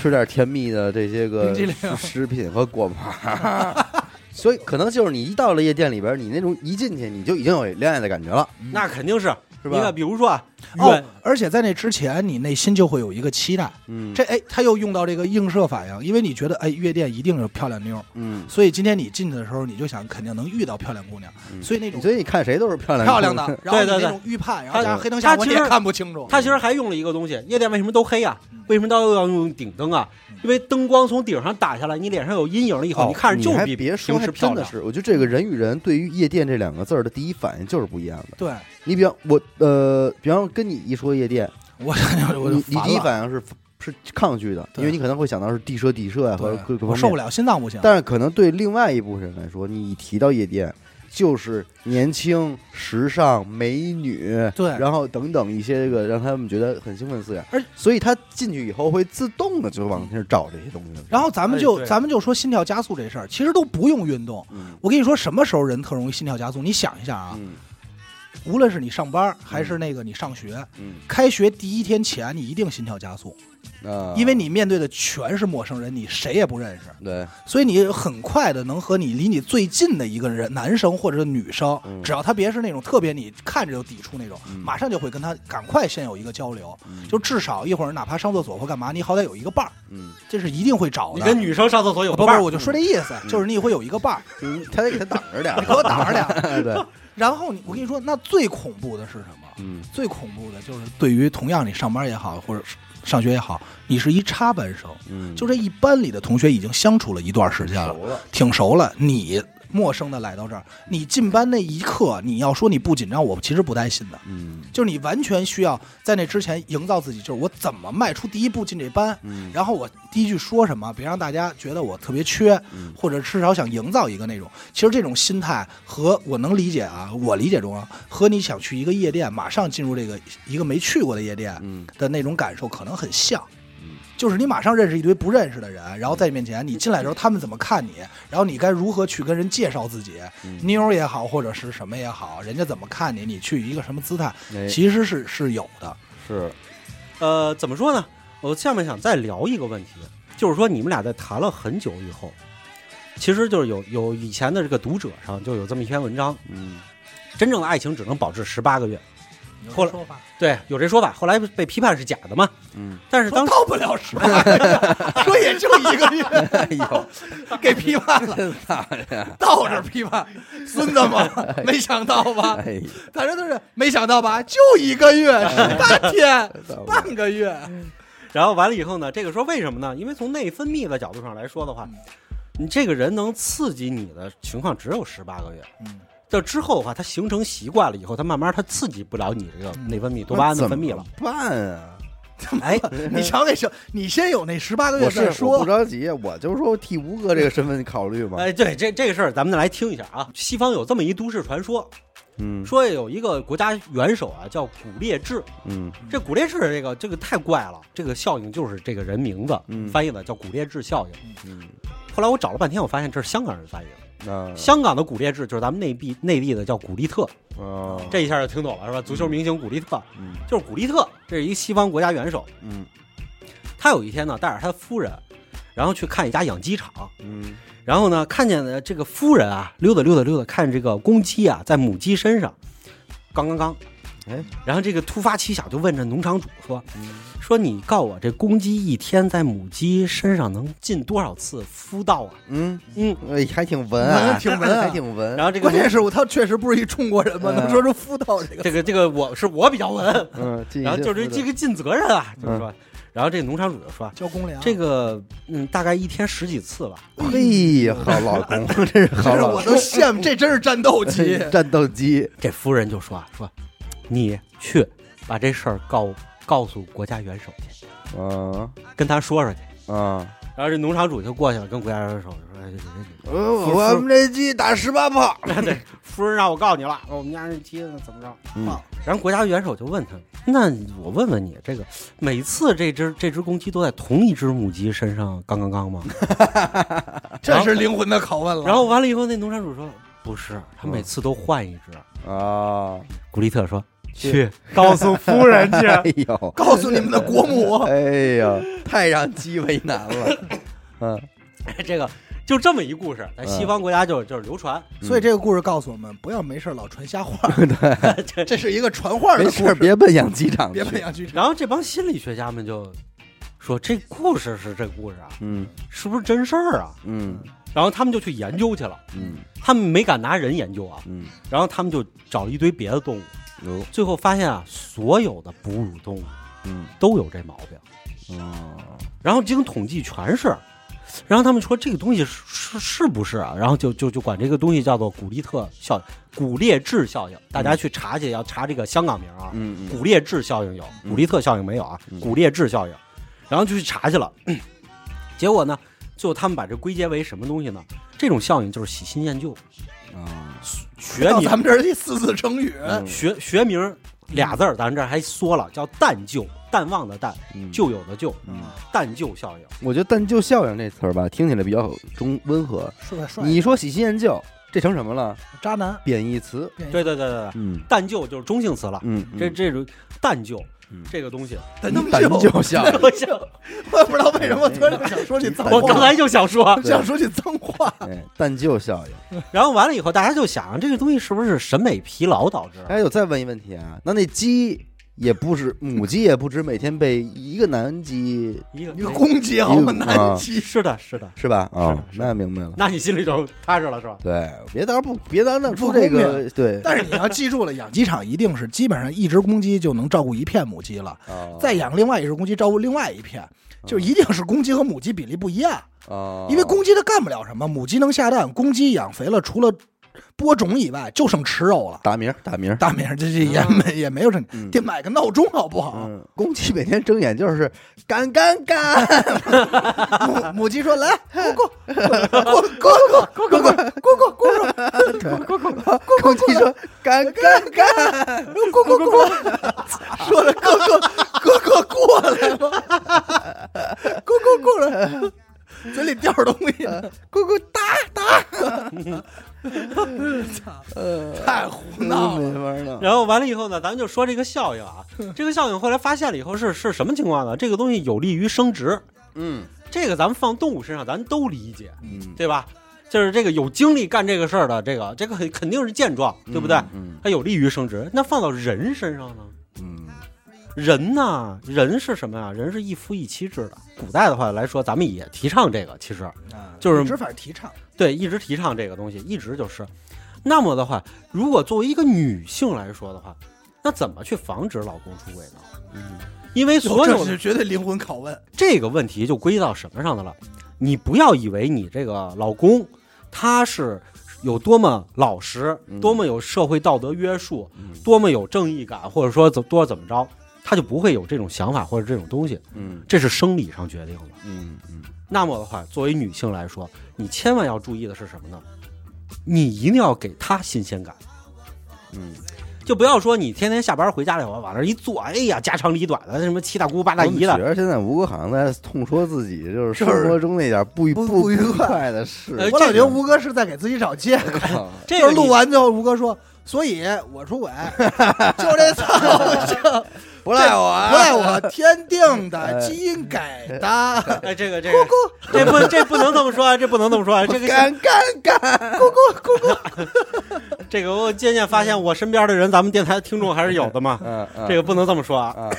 吃点甜蜜的这些个
冰激凌
食品和果盘。 所以可能就是你一到了夜店里边，你那种一进去你就已经有恋爱的感觉了，
那肯定是
是
你看，
吧？
比如说啊，
哦
远，
而且在那之前，你内心就会有一个期待。
嗯，
这哎，他又用到这个映射反应，因为你觉得哎，夜店一定有漂亮妞儿，
嗯，
所以今天你进去的时候，你就想肯定能遇到漂亮姑娘，
嗯
所以那种
所以你看谁都是漂亮
漂亮的， 然后
对对
你那
对
种预判，然后加上
他
黑灯瞎
他
火，
其
你也
实
看不清楚。
他其实还用了一个东西，夜店为什么都黑呀、
嗯
为什么都要用顶灯啊
嗯？
因为灯光从顶上打下来，你脸上有阴影了以后，
哦
你看着就
你还
比
别说，
平
还
时漂
真的
亮。
是，我觉得这个人与人对于夜店这两个字儿的第一反应就是不一样的。
对
你比方我呃，比方跟你一说夜店，
我， 哎我就
你你
烦
第一
了，
反应是是抗拒的，
对
因为你可能会想到是地设地设呀和各
对
各
我
方
受
面
不。了，心脏不行。
但是可能对另外一部分人来说，你一提到夜店，就是年轻、时尚、美女，
对
然后等等一些这个让他们觉得很兴奋的思想。
而
所以他进去以后会自动的就往那儿找这些东西了。
然后咱们
哎
就
对
咱们就说心跳加速这事儿，其实都不用运动。
嗯
我跟你说，什么时候人特容易心跳加速？你想一下啊，
嗯
无论是你上班还是那个你上学，
嗯
开学第一天前你一定心跳加速，
啊，
因为你面对的全是陌生人，你谁也不认识，
对
所以你很快的能和你离你最近的一个人，男生或者是女生
嗯，
只要他别是那种特别你看着就抵触那种，
嗯
马上就会跟他赶快先有一个交流，
嗯
就至少一会儿哪怕上厕所或干嘛，你好歹有一个伴儿，
嗯，
这是一定会找
你
的。
跟女生上厕所有
不
个
不
伴
是，
儿，
我就说这意思，
嗯
就是你会有一 个伴儿，
嗯他得给他挡着点儿，
给我挡着点 儿。
对，
然后你，我跟你说，那最恐怖的是什么？
嗯
最恐怖的就是对于同样你上班也好，或者是上学也好，你是一插班生，
嗯，
就这一班里的同学已经相处了一段时间了，
熟了，
挺熟了。你陌生的来到这儿，你进班那一刻，你要说你不紧张，我其实不担心的。
嗯
就是你完全需要在那之前营造自己，就是我怎么迈出第一步进这班，
嗯
然后我第一句说什么，别让大家觉得我特别缺，
嗯
或者至少想营造一个那种。其实这种心态和我能理解啊，我理解中啊，和你想去一个夜店，马上进入这个一个没去过的夜店
嗯
的那种感受，可能很像
嗯。
就是你马上认识一堆不认识的人，然后在你面前，你进来的时候他们怎么看你，然后你该如何去跟人介绍自己，
嗯，
妞儿也好或者是什么也好，人家怎么看你，你去一个什么姿态，
哎
其实是是有的。
是
呃，怎么说呢？我下面想再聊一个问题，就是说你们俩在谈了很久以后，其实就是有有以前的这个读者上就有这么一篇文章，
嗯
真正的爱情只能保质十八个月。后来
说法
对，有这说法，后来被批判是假的嘛。
嗯，
但是当时
到不了十八个月， 说也就一个月，
哎呦，
给批判了， 到这儿批判，孙子嘛，没想到吧？
哎，
反正就是没想到吧，就一个月，十八 天，半个月，
然后完了以后呢，这个说为什么呢？因为从内分泌的角度上来说的话
嗯，
你这个人能刺激你的情况只有十八个月。
嗯，
到之后的话，它形成习惯了以后，它慢慢它刺激不了你这个
嗯
内分泌多巴胺的分泌了。，
办啊！
哎，你瞧那什，你先有那十八个月
我是
再
我不
说，
着急，我就说替吴哥这个身份考虑嘛。
哎，对，这这个事儿咱们再来听一下啊。西方有这么一都市传说，
嗯
说有一个国家元首啊叫古烈治，
嗯
这古烈治这个这个太怪了，这个效应就是这个人名字、
嗯
翻译的叫古烈治效应。
嗯，
后来我找了半天，我发现这是香港人翻译的。
那
香港的古烈治就是咱们内地内地的叫古利特，
啊，
这一下就听懂
嗯
了是吧？足球明星古利特
嗯
就是古利特，这是一个西方国家元首。
嗯
他有一天呢，带着他夫人，然后去看一家养鸡场，
嗯
然后呢，看见呢这个夫人啊，溜达溜达溜达，看这个公鸡啊，在母鸡身上，刚刚刚，
哎，
然后这个突发奇想，就问这农场主说
嗯：“
说你告我这公鸡一天在母鸡身上能进多少次孵到啊
嗯，？”
嗯，
哎，还挺文啊，
嗯挺文 啊
还挺文。
然后这个
关键是我他确实不是一中国
哎
人嘛，能说出夫道这个。
这个这个我是我比较文，
嗯，进一
然后
些
就是
复杂
这个尽责任啊，就是说，然后这农场主就说。
交公粮，
这个嗯，大概一天十几次吧。
嘿呀，好老公，这是
这
好
是
老
我
公
都羡慕，这真是战 斗机。
战斗机，
这夫人就说啊，说你去把这事儿告告诉国家元首去，
嗯
跟他说说去。
啊，
然后这农场主就过去了，跟国家元首说哎：“这
呃我们这鸡打十八炮，
这这这夫人让我告你了，我们家这鸡怎么着？”啊
嗯
然后国家元首就问他：“那我问问你，这个每次这只这只公鸡都在同一只母鸡身上刚刚刚吗
这是灵魂的拷问了。
然后完了以后，那农场主说：“不是，他每次都换一只。
啊！
古利特说：“
去
去告诉夫人去。
哎呦，
告诉你们的国母，
哎呀，太让鸡为难了。嗯，”
这个就这么一故事，在西方国家就就是流传。
所以这个故事告诉我们，不要没事老传 瞎话。这是一个传话
没
的故
事，
事，
别奔养鸡场去
别。培养剧场。
然后这帮心理学家们就说：“这故事是这故事啊，
嗯
是不是真事儿啊
嗯？”
然后他们就去研究去了，
嗯
他们没敢拿人研究啊，
嗯，
然后他们就找了一堆别的动物，
有
最后发现啊，所有的哺乳动物
嗯
都有这毛病。
啊
然后经统计全是，然后他们说这个东西是是是不是啊？然后就就就管这个东西叫做古利特效古列治效应，大家去查去，要查这个香港名啊，
嗯嗯
古列治效应有，
嗯
古利特效应没有啊
嗯，
古列治效应，然后就去查去了， 结果呢，最后他们把这归结为什么东西呢？这种效应就是喜新厌旧，
啊
学
到
名
咱们这儿一四字成语，
嗯
学学名俩字儿，咱这儿还缩了，叫淡旧，淡忘的淡，
嗯
旧有的旧，
嗯
淡旧效应。
我觉得“但就效应”这词儿吧，听起来比较中温和。
帅帅，
你说喜新厌旧，这成什么了？
渣男，
贬义词。
对对对对对，
嗯
淡旧就是中性词了，
嗯，
这这种淡旧
嗯
这个东西，
但
但
就
就效应。
我想
我也不知道为什么突然想说句脏 话，
我刚才就想说，
想说句脏话，
哎，但就效应。
然后完了以后，大家就想这个东西是不是审美疲劳导致？
哎，我再问一问题啊，那那鸡也不止母鸡也不止每天被一个男鸡
一个哎啊
你个公鸡 好吗？南鸡，
是的，是的，
嗯啊是吧？啊、
是的是的
那明白了。
那你心里就踏实了是吧？
对，别到时候不别到时候弄出
不公
这个对。
但是你要记住了，养鸡场一定是基本上一只公鸡就能照顾一片母鸡了，
哦
再养另外一只公鸡照顾另外一片，就一定是公鸡和母鸡比例不一样，
哦，
因为公鸡它干不了什么，母鸡能下蛋，公鸡养肥了除了播种以外就剩吃肉了。
打鸣儿打鸣儿，
大名这这也没也没有什
嗯
么，得买个闹钟好不好？
嗯，公鸡每天睁眼就是 干干干，
母母鸡说：“来，咕咕咕咕咕咕咕咕咕咕咕咕
公鸡说干干干，
咕咕咕，说着哥哥哥哥过来了，咕咕过来，嘴里叼着东西，
咕咕哒哒，
太胡闹了。
嗯没法弄。
然后完了以后呢，咱们就说这个效应 啊，这个效应后来发现了以后是是什么情况呢？这个东西有利于生殖，
嗯
这个咱们放动物身上咱都理解，
嗯，
对吧？就是这个有精力干这个事儿的，这个这个肯肯定是健壮，对不对？
嗯
它有利于生殖。那放到人身上呢？
嗯
人呐、人是什么呀、人是一夫一妻制的。古代的话来说，咱们也提倡这个，其实就是
只反提倡，
对，一直提倡这个东西，一直就是。那么的话，如果作为一个女性来说的话，那怎么去防止老公出轨呢？
嗯
因为所有
这是
的
绝对灵魂拷问。
这个问题就归到什么上的了？你不要以为你这个老公他是有多么老实
嗯，
多么有社会道德约束，
嗯
多么有正义感，或者说怎多怎么着，他就不会有这种想法或者这种东西。
嗯
这是生理上决定的。
嗯嗯，
那么的话，作为女性来说，你千万要注意的是什么呢？你一定要给她新鲜感，
嗯，
就不要说你天天下班回家了以后往那儿一坐，哎呀，家长里短的，什么七大姑八大姨
我
的
们，觉得现在吴哥好像在痛说自己就是
就
生
是
活中那点不
不
不
不愉快哎
快的事。
呃
我老觉得吴哥是在给自己找借口。
靠
这
就
个
是录
啊
你
完之后，吴哥说：“所以我出轨，就这操，
不赖我啊，
不赖我天定的，基因给的。
哎，这个这个，这不这不能这么说，啊，这不 能这么说，啊，这个
干干干，
这个，我渐渐发现我身边的人，咱们电台的听众还是有的嘛，
嗯嗯，
这
个
个不能这么说啊。
啊，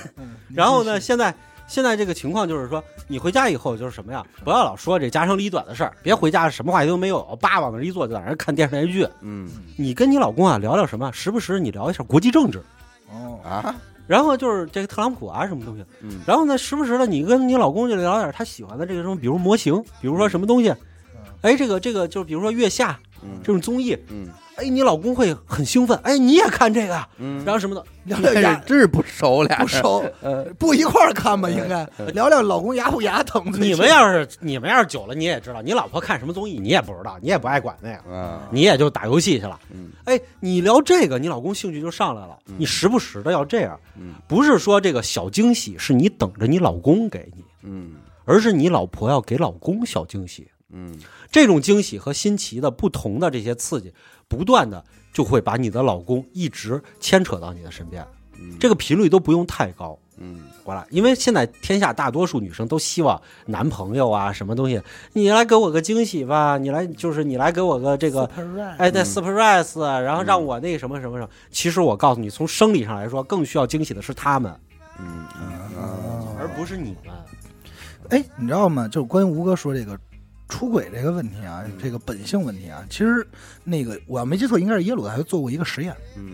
然后呢，现在现在这个情况就是说，你回家以后就是什么呀？不要老说这家长里短的事儿，别回家什么话题都没有，叭往那儿一坐就在那儿看电视剧。
嗯
你跟你老公啊聊聊什么？时不时你聊一下国际政治，”
哦，
啊，
然后就是这个特朗普啊什么东西，
嗯
然后呢时不时的你跟你老公就聊点他喜欢的这个什么，比如模型，比如说什么东西，哎，这个这个就比如说月下
嗯
这种综艺，
嗯
哎，你老公会很兴奋，哎，你也看这个，
嗯，
然后什么的，
聊聊
但
牙
是真是不熟俩人，
不熟，
呃，
不一块儿看吧？应该聊聊老公牙不牙疼。
你们要是你们要是久了你也知道，你老婆看什么综艺你也不知道，你也不爱管那个。
啊，
你也就打游戏去了。
嗯
哎，你聊这个，你老公兴趣就上来了。
嗯
你时不时的要这样，
嗯
不是说这个小惊喜是你等着你老公给你，
嗯
而是你老婆要给老公小惊喜。
嗯
这种惊喜和新奇的不同的这些刺激，不断的就会把你的老公一直牵扯到你的身边，
嗯，
这个频率都不用太高。
嗯
过来，因为现在天下大多数女生都希望男朋友啊，什么东西，你来给我个惊喜吧，你来就是你来给我个这个，哎，对
嗯
，surprise，啊然后让
嗯
我那什么什么什么。其实我告诉你，从生理上来说，更需要惊喜的是他们，
嗯
啊
而不是你们。
哎，你知道吗？就关于吴哥说这个出轨这个问题啊，这个本性问题啊，其实那个我要没记错，应该是耶鲁大学做过一个实验。
嗯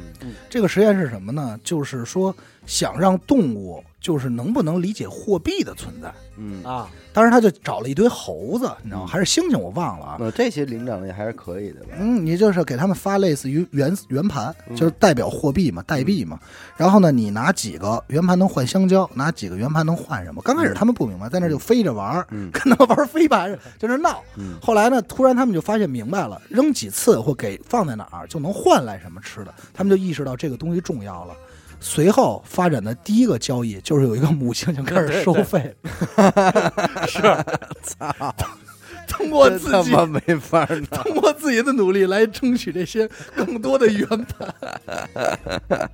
这个实验是什么呢？就是说想让动物就是能不能理解货币的存在。
嗯，
啊，
当时他就找了一堆猴子，你知道吗？
嗯
还是猩猩，我忘了啊。
那这些灵长类还是可以的吧？
嗯，你就是给他们发类似于圆圆盘，
嗯
就是代表货币嘛，代币嘛。然后呢，你拿几个圆盘能换香蕉，拿几个圆盘能换什么？刚开始他们不明白，在那儿就飞着玩儿，
嗯
跟他们玩飞盘，在那儿闹。
嗯
后来呢，突然他们就发现明白了，扔几次或给放在哪儿就能换来什么吃的，他们就意识到这个东西重要了。随后发展的第一个交易就是有一个母猩猩开始收 费，
是
通过自
这他
己
妈没法 儿弄。
通过自己的努力来争取这些更多的圆盘。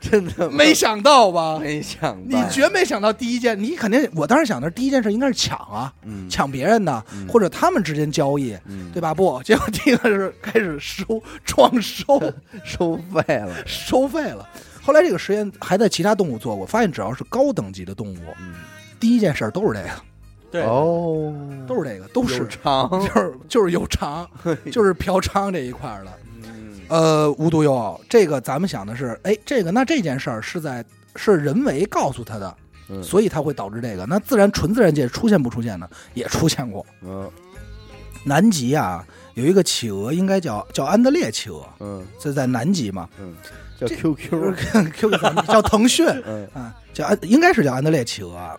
真的
没想到吧？
没想
你
到，
绝没想到第一件，你肯定，我当时想的是第一件事应该是抢啊，
嗯
抢别人的，或者他们之间交易，
嗯
对吧？不，结果第一个是开始收撞 收
收费了，
收费了。后来这个实验还在其他动物做过，发现只要是高等级的动物，
嗯
第一件事儿都是这个，
对，
哦，
都是这个，都是
有偿，
就是就是有偿，就是嫖娼这一块儿的。
嗯
呃，无独有偶，这个咱们想的是，哎，这个那这件事儿是在是人为告诉他的，
嗯
所以它会导致这个。那自然纯自然界出现不出现呢？也出现过。
嗯
南极啊，有一个企鹅，应该叫叫安德烈企鹅，
嗯
这在南极嘛，
嗯，叫
这
QQ，
Q 咱们 叫腾讯
嗯
啊，叫安应该是叫安德烈企鹅啊。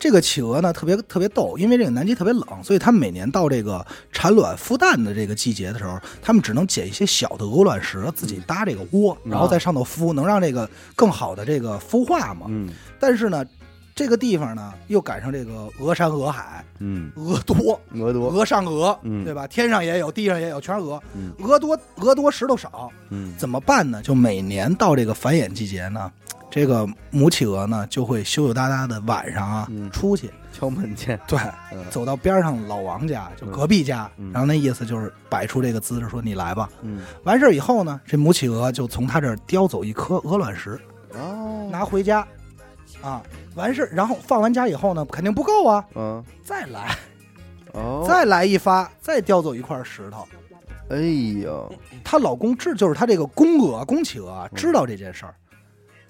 这个企鹅呢，特别特别逗，因为这个南极特别冷，所以它每年到这个产卵孵蛋的这个季节的时候，它们只能捡一些小的鹅卵石，自己搭这个窝，然后在上头孵，能让这个更好的这个孵化嘛。
嗯
但是呢，这个地方呢，又赶上这个鹅山鹅海，
嗯，
鹅多，
鹅多，
鹅上鹅，
嗯
对吧？天上也有，地上也有，全是鹅。
嗯
鹅多，鹅多，石头少，
嗯
怎么办呢？就每年到这个繁衍季节呢，这个母企鹅呢就会羞羞答答的晚上啊、
嗯
出去，
敲门去，
对，
嗯
走到边上老王家，就隔壁家，
嗯
然后那意思就是摆出这个姿势说你来吧。
嗯，
完事儿以后呢，这母企鹅就从他这儿叼走一颗鹅卵石，
哦，
拿回家，啊，完事儿，然后放完家以后呢，肯定不够啊，
嗯
再来，
哦，
再来一发，再叼走一块石头。
哎呦，
她老公知就是她这个公鹅公企鹅
嗯
啊，知道这件事儿，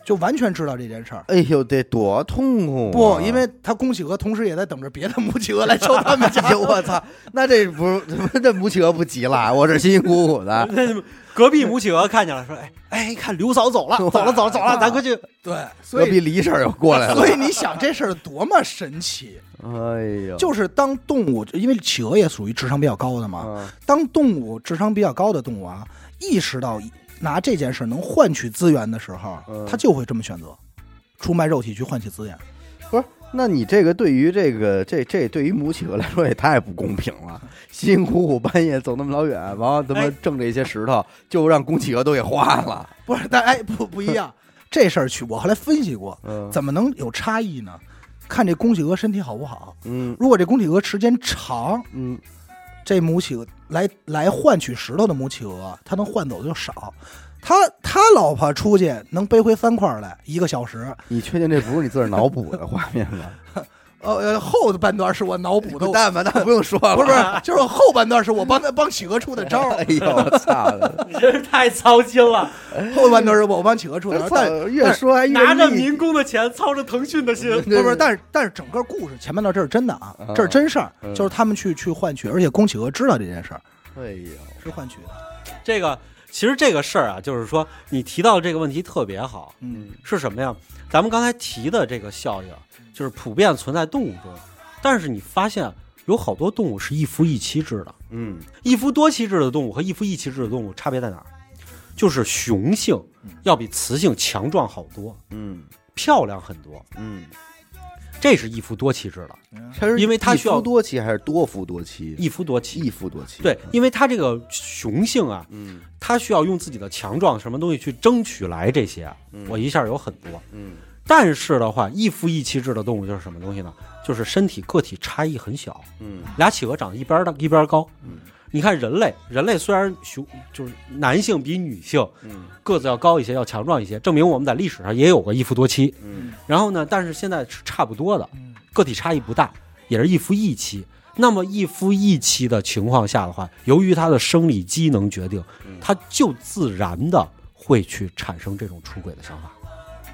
就完全知道这件事儿。
哎呦，得多痛苦、啊！
不，因为她公企鹅同时也在等着别的母企鹅来敲 他们家。
哎呦我操，那这不是这母企鹅不急了，啊我这辛辛苦苦的，
隔壁母企鹅看见了，说：“哎哎，看刘嫂 走了，走了，走了，走了，咱快去。
对，所
隔
以
壁李婶儿又过来了
所。以你想这事儿多么神奇，
哎呦，
就是当动物，因为企鹅也属于智商比较高的嘛，
啊，
当动物智商比较高的动物啊，意识到拿这件事儿能换取资源的时候
嗯，
它就会这么选择，出卖肉体去换取资源。
不是。那你这个对于这个这这对于母企鹅来说也太不公平了，辛辛苦苦半夜走那么老远，完了他妈
哎
挣这些石头，就让公企鹅都给花了。
不是，但哎，不不一样，这事儿去我后来分析过，
嗯
怎么能有差异呢？看这公企鹅身体好不好。
嗯
如果这公企鹅时间长，
嗯
这母企鹅来来换取石头的母企鹅，它能换走的就少。他他老婆出去能背回三块儿来，一个小时。
你确定这不是你自个儿脑补的画面吗？
呃呃，后半段是我脑补的，
滚蛋吧，那不用说
不
了。
是不是，就是后半段是我帮他帮企鹅出的招儿，
哎呦，我操！”
你真是太操心了，
后半段是我帮企鹅出的招
我操
儿。但，
越说还越
拿着
腻
民工的钱，操着腾讯的心。
不是不是，但是但是整个故事前半段这是真的啊
嗯，
这是真事儿，
嗯
就是他们去去换取，而且宫企鹅知道这件事儿
哎呦，
是换取的，
这个其实这个事儿啊，就是说你提到这个问题特别好，
嗯，
是什么呀？咱们刚才提的这个效应，就是普遍存在动物中，但是你发现有好多动物是一夫一妻制的，
嗯
一夫多妻制的动物和一夫一妻制的动物差别在哪儿？就是雄性要比雌性强壮好多，
嗯
漂亮很多。
嗯
这是一夫多妻制了，
嗯
它是
因为它
一
需要
夫多妻还是多夫多妻？
一夫多妻。
一夫多妻，
对，因为他这个雄性啊，
嗯
他需要用自己的强壮什么东西去争取来这些啊
嗯，
我一下有很多。
嗯
但是的话，一夫一妻制的动物就是什么东西呢？就是身体个体差异很小，
嗯
俩企鹅长得一边儿大一边儿高。
嗯
你看人类，人类虽然雄就是男性比女性
嗯
个子要高一些，要强壮一些，证明我们在历史上也有过一夫多妻。
嗯
然后呢，但是现在是差不多的，
嗯
个体差异不大，也是一夫一妻。那么一夫一妻的情况下的话，由于他的生理机能决定
嗯，
他就自然的会去产生这种出轨的想法，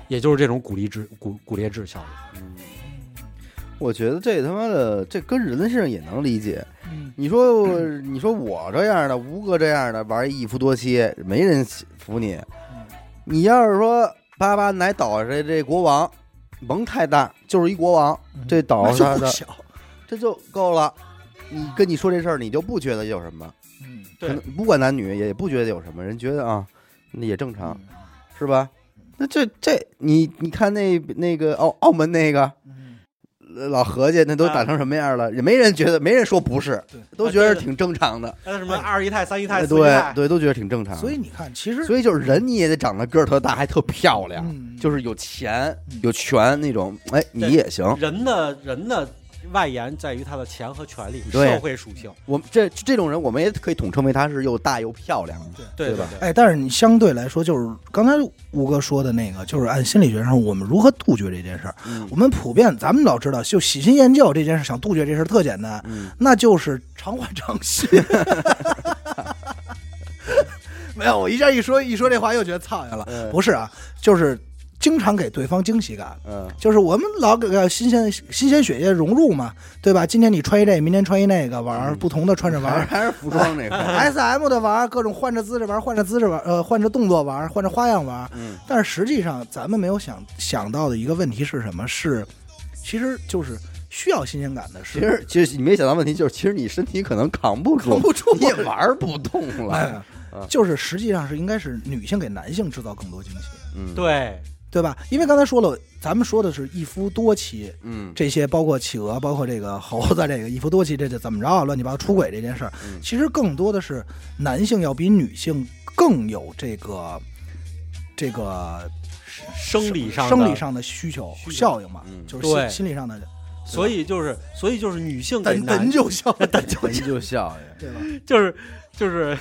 也就是这种鼓励制骨骨裂制效应。
嗯，我觉得这他妈的这跟人身上也能理解。
嗯
你说你说我这样的吴哥这样的玩一夫多妻，没人服你。你要是说巴巴奶岛这这国王，甭太大，就是一国王，这岛
那
上
就
的
不小，
这就够了。你跟你说这事儿，你就不觉得有什么，
嗯，
对
可能不管男女也不觉得有什么，人觉得啊，那也正
嗯
常，是吧？那这这你你看那那个澳澳门那个
嗯，
呃老何家那都打成什么样了，也没人觉得，没人说不是
对，
都觉得挺正常的，
那什么二姨太、三姨
哎对，对，都觉得挺正常。
啊所以你看，其实
所以就是人你也得长得个儿特大，还特漂亮，
嗯
就是有钱
嗯
有权那种，哎，你
对
也行。
哦
人的人的外延在于他的钱和权利、
对
社会属性，
我们这这种人，我们也可以统称为他是又大又漂亮的。
对
对吧
对
哎，但是你相对来说，就是刚才吴哥说的那个，就是按心理学上我们如何杜绝这件事儿。
嗯
我们普遍咱们老知道，就喜新厌旧这件事，想杜绝这事儿特简单，
嗯
那就是常换常新。 没有，我一下一说一说这话，又觉得苍蝇了。
嗯
不是啊，就是经常给对方惊喜感。
嗯
就是我们老给个新鲜新鲜血液融入嘛，对吧？今天你穿一这，明天穿一那个，玩
嗯
儿不同的穿着玩
还是
儿，
还是服装这块儿。
S M 的玩，各种换着姿势玩，换着姿势玩，呃，换着动作玩，换着花样玩。
嗯
但是实际上，咱们没有想想到的一个问题是什么？是，其实就是需要新鲜感的
其
是，
实其实你没想到问题就是，其实你身体可能扛不住，
扛不住
你也玩儿不动了。啊
哎，就是实际上是应该是女性给男性制造更多惊喜，
嗯，，
对
对吧？因为刚才说了，咱们说的是一夫多妻，
嗯
这些包括企鹅，包括这个猴子，这个一夫多妻，这就怎么着啊？乱七八糟出轨这件事儿
嗯，
其实更多的是男性要比女性更有这个这个
生理上的
生理，上的需求
需求
效应嘛
嗯，
就是
对
心心理上的
所以就是所以就是女性给男
等就 效应，
人就笑呀。
对吧？
就是就是，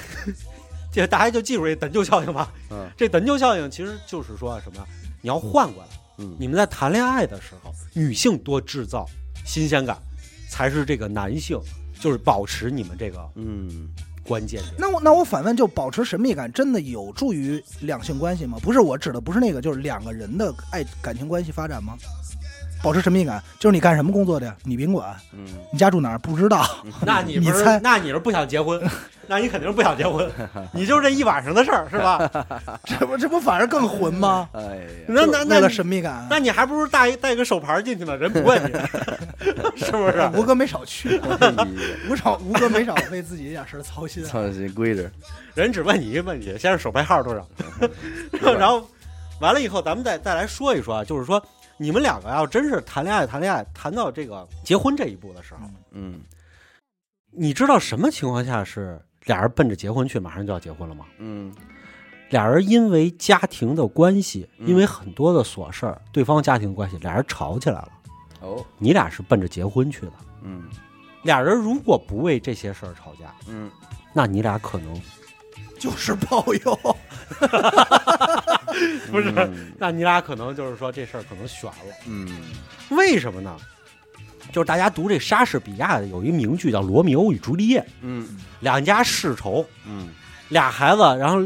这大家就记住这等就效应吧。
嗯
这等就效应其实就是说什么呀？你要换过来，
嗯
你们在谈恋爱的时候，女性多制造新鲜感，才是这个男性就是保持你们这个
嗯
关键点。
那我那我反问，就保持神秘感真的有助于两性关系吗？不是，我指的不是那个，就是两个人的爱感情关系发展吗？保持神秘感，就是你干什么工作的呀？你宾馆，
嗯，
你家住哪儿？不知道。
那你不
你
是
猜
那你是不想结婚？ 那你肯定是不想结 婚，你就是这一晚上的事儿是吧？
这不这不反而更混吗？
哎呀，
那那
为
那
了神秘感，啊
那你还不如带一带一个手牌进去呢，人不问你， 是不是？
吴哥没少去，啊
哎呀。
吴少吴哥没少为自己这点事儿操心啊
操这规矩，
人只问你一个问题，先是手牌号多少，
吧
然后完了以后，咱们再再来说一说啊，就是说你们两个要真是谈恋爱谈恋爱谈到这个结婚这一步的时候，
嗯
你知道什么情况下是俩人奔着结婚去，马上就要结婚了吗？
嗯
俩人因为家庭的关系，
嗯
因为很多的琐事儿，对方家庭的关系，俩人吵起来了。
哦
你俩是奔着结婚去的，
嗯
俩人如果不为这些事儿吵架，
嗯，
那你俩可能
就是抱怨，
不是
嗯
那你俩可能就是说这事儿可能悬了。
嗯
为什么呢？就是大家读这莎士比亚的有一名剧叫《罗密欧与朱丽叶》，
嗯
两家世仇，
嗯
俩孩子，然后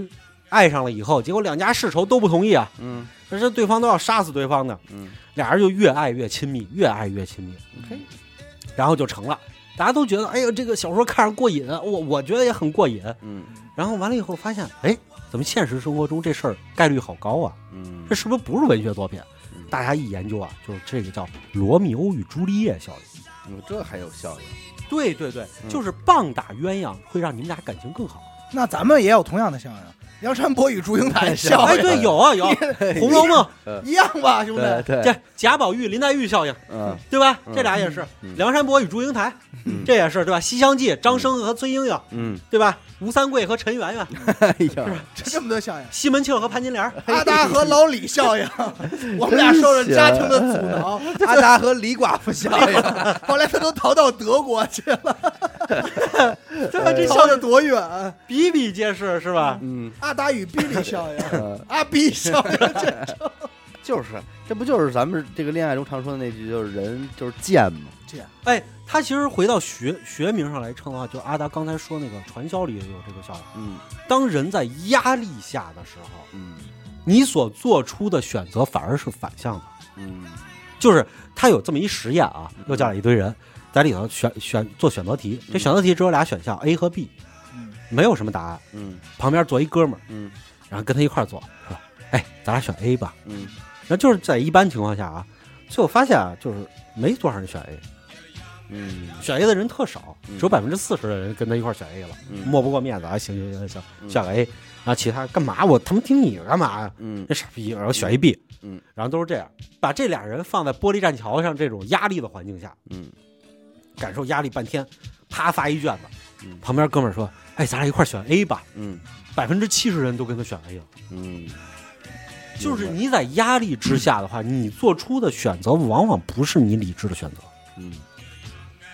爱上了以后，结果两家世仇都不同意啊，
嗯
可是对方都要杀死对方呢，
嗯
俩人就越爱越亲密，越爱越亲密，
，OK，
然后就成了。大家都觉得，哎呦，这个小说看着过瘾，啊我我觉得也很过瘾。
嗯
然后完了以后发现，哎，怎么现实生活中这事儿概率好高啊？
嗯
这是不是不是文学作品
嗯？
大家一研究啊，就是这个叫《罗密欧与朱丽叶》效应。
嗯，这还有效应，
对对对，
嗯
就是棒打鸳鸯会让你们俩感情更好。
那咱们也有同样的效应，梁山伯与祝英台效
哎，
应
对，有啊有，《 红楼梦》
一样吧，兄弟。
对对，
这贾宝玉、林黛玉效应，
嗯
对吧？
嗯
这俩也是
嗯
梁山伯与祝英台，
嗯
这也是对吧？《西厢记》张生和崔莺莺，
嗯，
对吧？吴三桂和陈圆圆，
哎 呀，
这这么多效应，
西门庆和潘金莲，
阿达和老李效应，我们俩受着家庭的 阻挠。
阿达和李寡妇效应，
后来他都逃到德国去了，
对吧？这
逃
效
得
应
多远？啊
比比皆是，是吧？
嗯，
阿达与比利效应，
呃
阿比效应，
就是，这不就是咱们这个恋爱中常说的那句，就是人就是贱嘛，
这样
哎，他其实回到学学名上来称的话，就阿达刚才说那个传销里也有这个效应。
嗯
当人在压力下的时候，
嗯
你所做出的选择反而是反向的。
嗯
就是他有这么一实验啊，又叫了一堆人在里头选选做选择题，
嗯
这选择题只有俩选项 A 和 B，
嗯
没有什么答案。
嗯
旁边坐一哥们儿，
嗯
然后跟他一块儿做，说：“哎，咱俩选 A 吧。
嗯，”
然后就是在一般情况下啊，最后发现啊，就是没多少人选 A，
嗯
选 A 的人特少，
嗯
只有百分之四十的人跟他一块儿选 A 了，
嗯
抹不过面子啊，行行行行，
嗯
选个 A，然后其他人干嘛我他妈听你干嘛啊呀？
嗯
这傻逼，然后选一 B，
嗯，
然后都是这样，把这俩人放在玻璃栈桥上这种压力的环境下，
嗯
感受压力半天，啪发一卷子，
嗯
旁边哥们儿说：“哎，咱俩一块儿选 A 吧。
嗯”
百分之七十人都跟他选 A 了。
嗯，
就是你在压力之下的话，你做出的选择往往不是你理智的选择，
嗯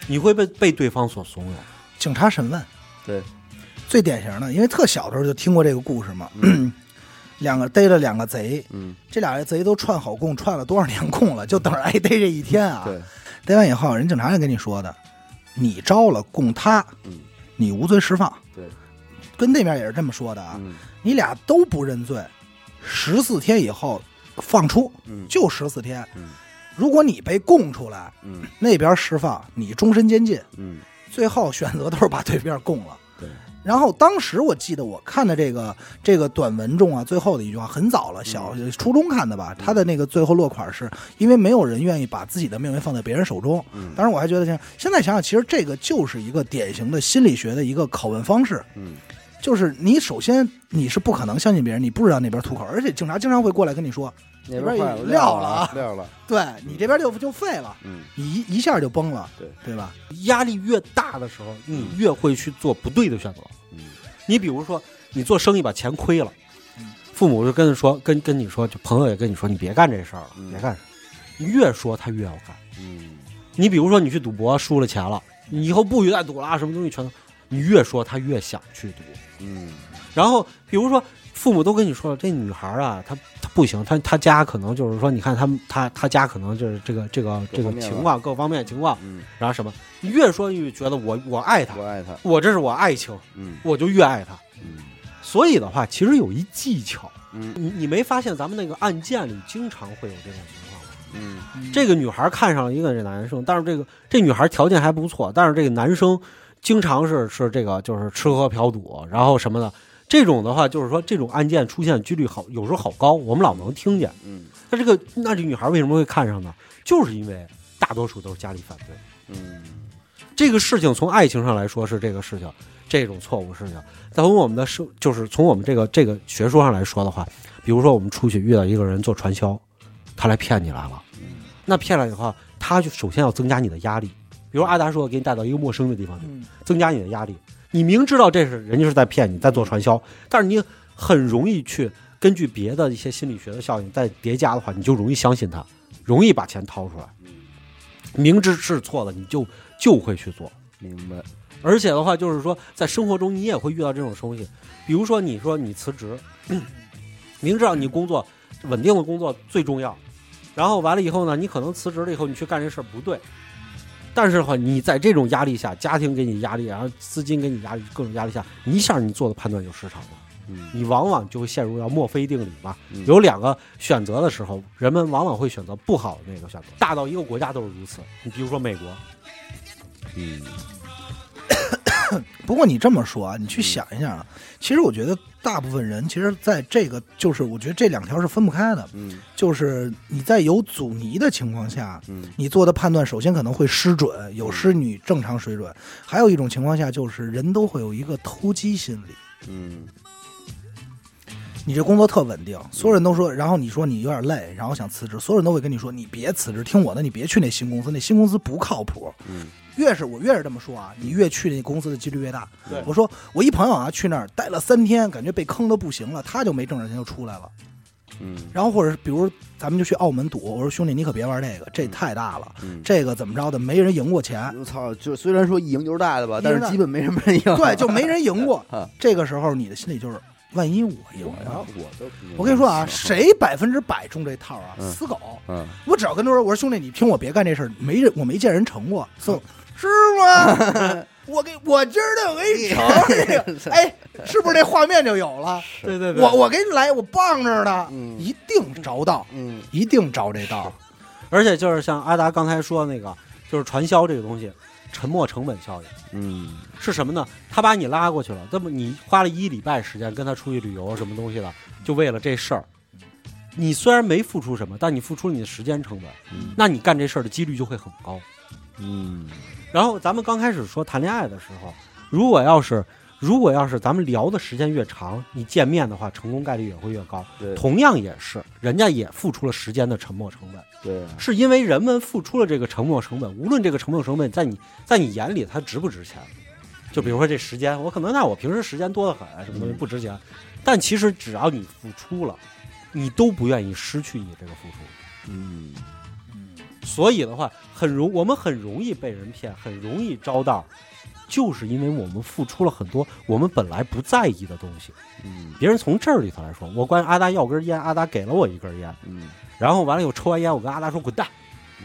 你会被被对方所怂恿。
警察审问，
对，
最典型的，因为特小的时候就听过这个故事嘛。
嗯
两个逮了两个贼，
嗯
这俩贼都串好供，串了多少年供了，就等着挨逮这一天啊。
对，
逮完以后，人警察就跟你说的，你招了供他，
嗯
你无罪释放。
对，
跟那边也是这么说的啊，
嗯
你俩都不认罪，十四天以后放出，
嗯
就十四天。
嗯
如果你被供出来，
嗯
那边释放，你终身监禁。
嗯
最后选择都是把对面供了。
对。
然后当时我记得我看的这个这个短文中啊，最后的一句话很早了，小
嗯
初中看的吧。他的那个最后落款是因为没有人愿意把自己的命运放在别人手中。
嗯
当然我还觉得像现在想想，其实这个就是一个典型的心理学的一个拷问方式，
嗯
就是你首先你是不可能相信别人，你不知道那边吐口，而且警察经常会过来跟你说，
那边坏了
撂了
了
啊
撂了，
对你这边就就废了，
嗯
你一一下就崩了，
对
对吧？
压力越大的时候，你越会去做不对的选择。
嗯
你比如说，你做生意把钱亏了
嗯，
父母就跟你说，跟跟你说，就朋友也跟你说，你别干这事儿了，
嗯
别干。你越说他越要干。
嗯
你比如说，你去赌博输了钱了，你以后不许再赌了啊，什么东西全都，你越说他越想去赌。
嗯
然后比如说父母都跟你说了，这女孩儿啊，她她不行，她她家可能就是说，你看她她她家可能就是这个这个
各方
这个
面吧
情况各方面情况，
嗯，
然后什么，你越说越觉得我我爱她
我，爱他，
我这是我爱情，
嗯
我就越爱她。
嗯
所以的话，其实有一技巧，
嗯
你你没发现咱们那个案件里经常会有这种情况吗？
嗯
这个女孩看上了一个男生，但是这个这女孩条件还不错，但是这个男生经常是是这个就是吃喝嫖赌，然后什么的。这种的话，就是说这种案件出现几率好，有时候好高，我们老能听见。
嗯
那这个那这女孩为什么会看上呢？就是因为大多数都是家里反对。
嗯
这个事情从爱情上来说是这个事情，这种错误事情。但从我们的生，就是从我们这个这个学说上来说的话，比如说我们出去遇到一个人做传销，他来骗你来了，那骗了以后，他就首先要增加你的压力。比如阿达说给你带到一个陌生的地方去，
嗯，
增加你的压力。你明知道这是人家是在骗你，在做传销，但是你很容易去根据别的一些心理学的效应再叠加的话，你就容易相信他，容易把钱掏出来。明知是错的，你就就会去做。
明白，
而且的话，就是说，在生活中你也会遇到这种东西，比如说你说你辞职， 明知道你工作稳定的工作最重要，然后完了以后呢，你可能辞职了以后你去干这事儿不对，但是的话，你在这种压力下，家庭给你压力，然后资金给你压力，各种压力下，你一下你做的判断就失常了，
嗯
你往往就会陷入到墨菲定理嘛。
嗯
有两个选择的时候，人们往往会选择不好的那个选择，大到一个国家都是如此。你比如说美国，
嗯
不过你这么说啊，你去想一下啊，其实我觉得大部分人其实在这个就是，我觉得这两条是分不开的。
嗯
就是你在有阻尼的情况下，
嗯
你做的判断首先可能会失准，有失你正常水准。还有一种情况下就是人都会有一个投机心理，
嗯，
你这工作特稳定，所有人都说，然后你说你有点累，然后想辞职，所有人都会跟你说，你别辞职，听我的，你别去那新公司，那新公司不靠谱。
嗯，
越是我越是这么说啊，你越去那公司的几率越大。
对
我说我一朋友啊，去那儿待了三天，感觉被坑的不行了，他就没挣着钱就出来了。
嗯
然后或者是比如咱们就去澳门赌，我说兄弟你可别玩这个，这太大了，
嗯，
这个怎么着的没人赢过钱，
我操，就虽然说一赢就是大的吧，
赢
但
大
是基本没什么人赢。
对，就没人 赢过
啊。
这个时候你的心里就是，万一我赢
我
了
呀，。我都
我跟你说啊，谁百分之百中这套啊？
嗯
死狗！
嗯，
我只要跟他说，我说兄弟，你听我别干这事儿，没人我没见人成过。
嗯
送师 傅，我给我今儿就给你成这个，哎，是不是这画面就有了？
对对
我我给你来，我棒着呢，
嗯
一定着道，
嗯
一定着这道。
而且就是像阿达刚才说那个，就是传销这个东西，沉没成本效应
嗯
是什么呢？他把你拉过去了，那么你花了一礼拜时间跟他出去旅游什么东西的，就为了这事儿。你虽然没付出什么，但你付出了你的时间成本，
嗯
那你干这事儿的几率就会很高。
嗯
然后咱们刚开始说谈恋爱的时候，如果要是如果要是咱们聊的时间越长，你见面的话，成功概率也会越高。
对
同样也是，人家也付出了时间的沉没成本，
对啊，
是因为人们付出了这个沉没成本，无论这个沉没成本在你在你眼里它值不值钱，就比如说这时间，我可能那我平时时间多得很，什么东西
嗯
不值钱，但其实只要你付出了，你都不愿意失去你这个付出。
嗯
所以的话，很容我们很容易被人骗，很容易招到，就是因为我们付出了很多我们本来不在意的东西。
嗯
别人从这儿里头来说，我管阿达要根烟，阿达给了我一根烟，
嗯，
然后完了又抽完烟，我跟阿达说滚蛋，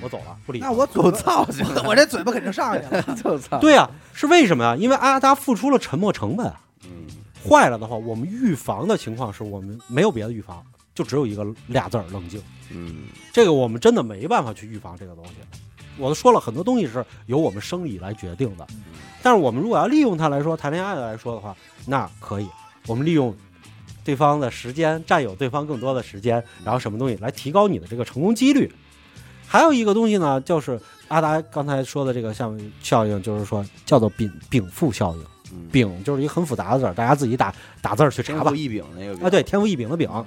我走了，不理他。
那我 嘴
够
巴，
操心，
我这嘴巴肯定上去了。
就操，
对呀、啊是为什么呀？因为阿达付出了沉没成本，啊
嗯
坏了的话，我们预防的情况是我们没有别的预防，就只有一个俩字儿冷静。
嗯
这个我们真的没办法去预防这个东西。我都说了很多东西是由我们生理来决定的，
嗯
但是我们如果要利用它来说谈恋爱来说的话，那可以，我们利用对方的时间，占有对方更多的时间，然后什么东西来提高你的这个成功几率。还有一个东西呢，就是阿达刚才说的这个效应效应，就是说叫做禀禀赋效应。
嗯，
禀就是一个很复杂的字儿，大家自己打打字儿去
天
查吧
赋。异禀那个
啊，对，天赋异禀的禀，
嗯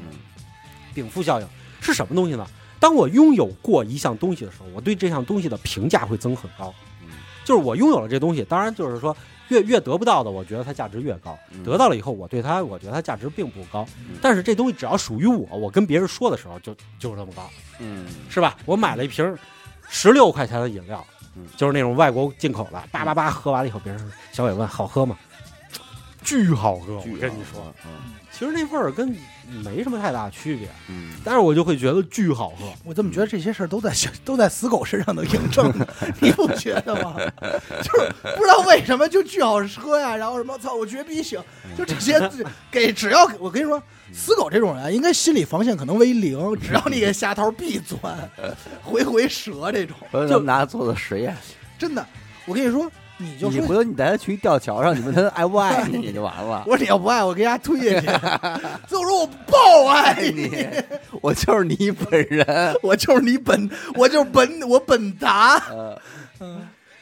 禀赋效应是什么东西呢？当我拥有过一项东西的时候，我对这项东西的评价会增很高。
嗯
就是我拥有了这东西，当然就是说越越得不到的，我觉得它价值越高；
嗯
得到了以后，我对它，我觉得它价值并不高
嗯。
但是这东西只要属于我，我跟别人说的时候就就是这么高，
嗯
是吧？我买了一瓶十六块钱的饮料
嗯，
就是那种外国进口的，叭叭叭喝完了以后，别人说小伟问好喝吗？巨好喝，我
巨
跟
好
你说，，
嗯
其实那味儿跟没什么太大区别，
嗯
但是我就会觉得巨好喝。
我怎么觉得这些事儿都在都在死狗身上能印证 呢？你不觉得吗？就是不知道为什么就巨好喝呀，然后什么操我绝逼行，就这些给只要我跟你说，死狗这种人啊应该心理防线可能为零，只要你给下头必钻， 回回折这种，
回头咱们拿它做做实验，
真的，我跟你说，你就
你
说
回。头你带他去一吊桥上，你问他爱不爱你就完了。
我说你要不爱我，给人家推 下去。最后说我爆爱你，
我就是你本 人，
我就是你本，我就是本，我本达。
呃，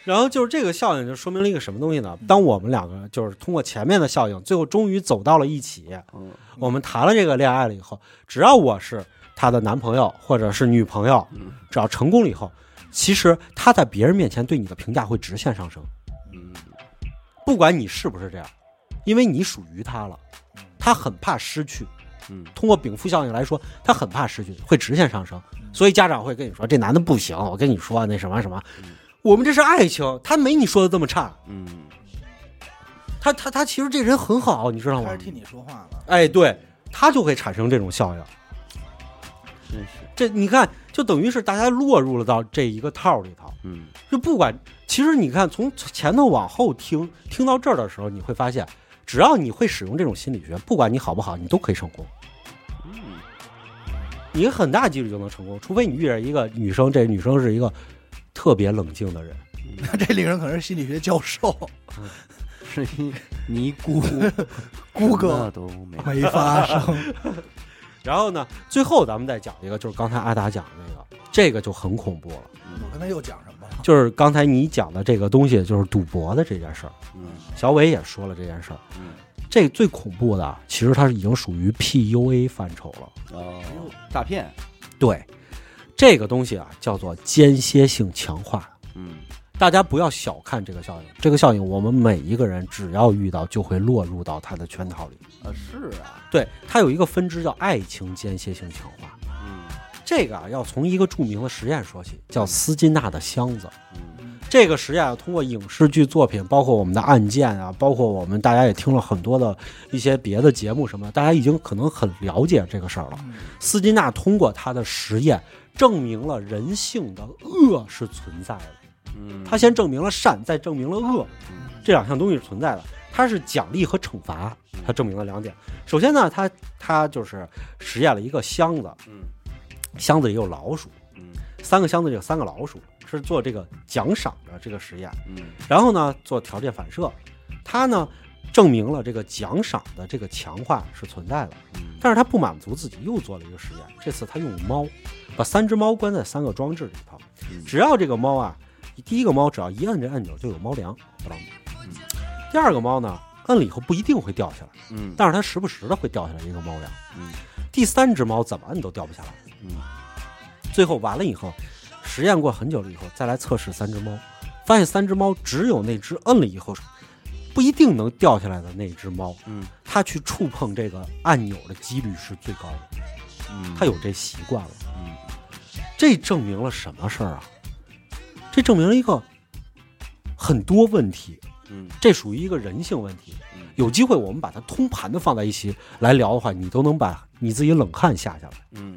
然后就是这个效应，就说明了一个什么东西呢？当我们两个就是通过前面的效应，最后终于走到了一起，
嗯
我们谈了这个恋爱了以后，只要我是她的男朋友或者是女朋友，
嗯
只要成功了以后，其实她在别人面前对你的评价会直线上升，
嗯
不管你是不是这样，因为你属于她了，她很怕失去。
嗯
通过禀赋效应来说，他很怕失去，会直线上升，
嗯
所以家长会跟你说这男的不行，我跟你说那什么什么，我们这是爱情，他没你说的这么差，
嗯
他他他其实这人很好，你知道
哦
吗
开始？替你说话了。
哎，对他就会产生这种效应，
真是，
这你看就等于是大家落入了到这一个套里头，
嗯
就不管，其实你看从前头往后听，听到这儿的时候，你会发现，只要你会使用这种心理学，不管你好不好，你都可以成功。
嗯
你很大几率就能成功，除非你遇见一个女生，这女生是一个特别冷静的人。
这令人可能是心理学教授，
是 一尼姑，
谷
那
歌
都 没有，
没发生。
然后呢，最后咱们再讲一个，就是刚才阿达讲的那个，这个就很恐怖了。
我刚才又讲什么了？
就是刚才你讲的这个东西，就是赌博的这件事儿。
嗯
小伟也说了这件事儿，
嗯
这最恐怖的，啊其实它是已经属于 PUA 范畴了。
哦，诈骗，
对，这个东西啊叫做间歇性强化。
嗯
大家不要小看这个效应，这个效应我们每一个人只要遇到就会落入到它的圈套里。
啊是啊，
对，它有一个分支叫爱情间歇性强化。
嗯
这个啊，要从一个著名的实验说起，叫斯金纳的箱子。
嗯
这个实验啊，通过影视剧作品，包括我们的案件啊，包括我们大家也听了很多的一些别的节目什么的，大家已经可能很了解这个事儿了。斯金纳通过他的实验证明了人性的恶是存在的。
嗯，
他先证明了善，再证明了恶
嗯，
这两项东西是存在的。它是奖励和惩罚，他证明了两点。首先呢，他他就是实验了一个箱子，
嗯
箱子里有老鼠，
嗯
三个箱子里有三个老鼠，是做这个奖赏的这个实验。
嗯
然后呢，做条件反射，他呢证明了这个奖赏的这个强化是存在的。
嗯
但是他不满足自己，又做了一个实验。这次他用猫，把三只猫关在三个装置里头
嗯，
只要这个猫啊，第一个猫只要一摁这按钮就有猫粮，知道吗
嗯？
第二个猫呢，摁了以后不一定会掉下来，
嗯
但是它时不时的会掉下来一个猫粮。
嗯
第三只猫怎么摁都掉不下来。
嗯，
最后完了以后，实验过很久了以后，再来测试三只猫，发现三只猫只有那只摁了以后不一定能掉下来的那只猫，
嗯
它去触碰这个按钮的几率是最高的。
嗯，
他有这习惯了。
嗯
这证明了什么事儿啊？这证明了一个很多问题，
嗯
这属于一个人性问题
嗯。
有机会我们把它通盘的放在一起来聊的话，你都能把你自己冷汗下下来。
嗯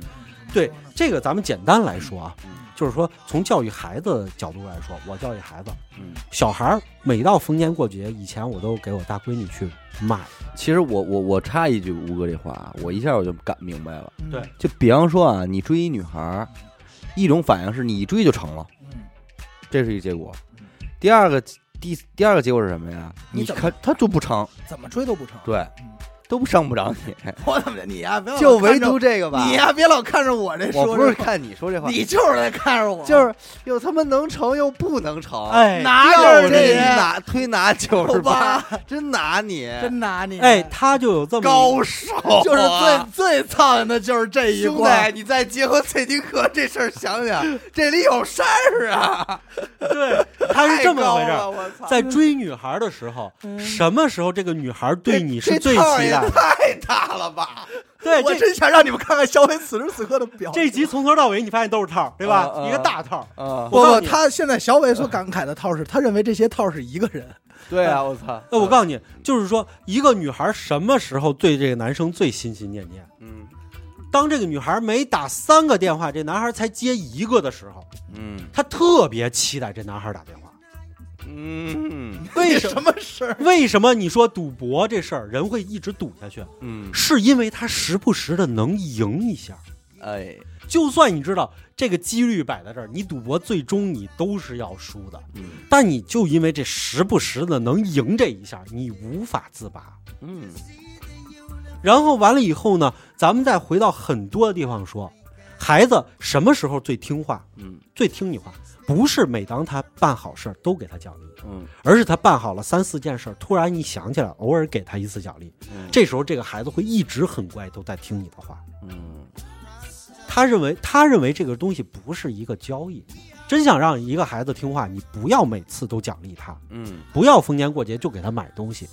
对这个，咱们简单来说啊
嗯，
就是说从教育孩子的角度来说，我教育孩子，
嗯。
小孩儿每到逢年过节，以前我都给我大闺女去买，
其实我我我插一句吴哥这话啊，我一下我就感明白了。
嗯
对
就比方说啊，你追一女孩儿，一种反应是你一追就成了，
嗯
这是一个结果
嗯。
第二个第第二个结果是什么呀？
你
你
怎么
看他就不成，
怎么追都不成。
对
嗯，
都不伤不着你，
我怎么的你呀、不要老
就
看
唯
着
独这个吧。
你呀、别老看着我这说
我
这话，
不是看你说这话，
你就是在看着我，
就是又他妈能成又不能成，
哎
拿
就是
着
这
你，
拿推拿九十八
吧，
真拿你，
真拿你，
哎，他就有这么一个
高手、就是最最操心的就是这一
兄
关。
弟，你再结合崔丁克这事儿想想，这里有事儿啊，
对，他是这么回事
太
儿
高了。我操，嗯
在追女孩的时候，什么时候这个女孩对你是最
这套儿
期
也
待的？
太大了吧？
对，
我
这
真想让你们看看小伟此时此刻的表情。
这集从头到尾你发现都是套儿，对吧
嗯？嗯
一个大套儿。
啊，
我
不
告诉
不，
你
他现在小伟所感慨的套是，他认为这些套是一个人。
对啊，我操，
那我告诉你，就是说，一个女孩什么时候对这个男生最心心念念？
嗯
当这个女孩每打三个电话，这男孩才接一个的时候，
嗯
她特别期待这男孩打电话。
嗯
为
你
什么？
么事儿？
为什么你说赌博这事儿人会一直赌下去？
嗯，
是因为他时不时的能赢一下。
哎，
就算你知道这个几率摆在这儿，你赌博最终你都是要输的，
嗯
但你就因为这时不时的能赢这一下，你无法自拔。
嗯
然后完了以后呢，咱们再回到很多地方说，孩子什么时候最听话，
嗯
最听你话？不是每当他办好事儿都给他奖励，
嗯，
而是他办好了三四件事儿，突然你想起来，偶尔给他一次奖励，这时候这个孩子会一直很乖，都在听你的话。
嗯
他认为他认为这个东西不是一个交易，真想让一个孩子听话，你不要每次都奖励他，
嗯
不要逢年过节就给他买东西，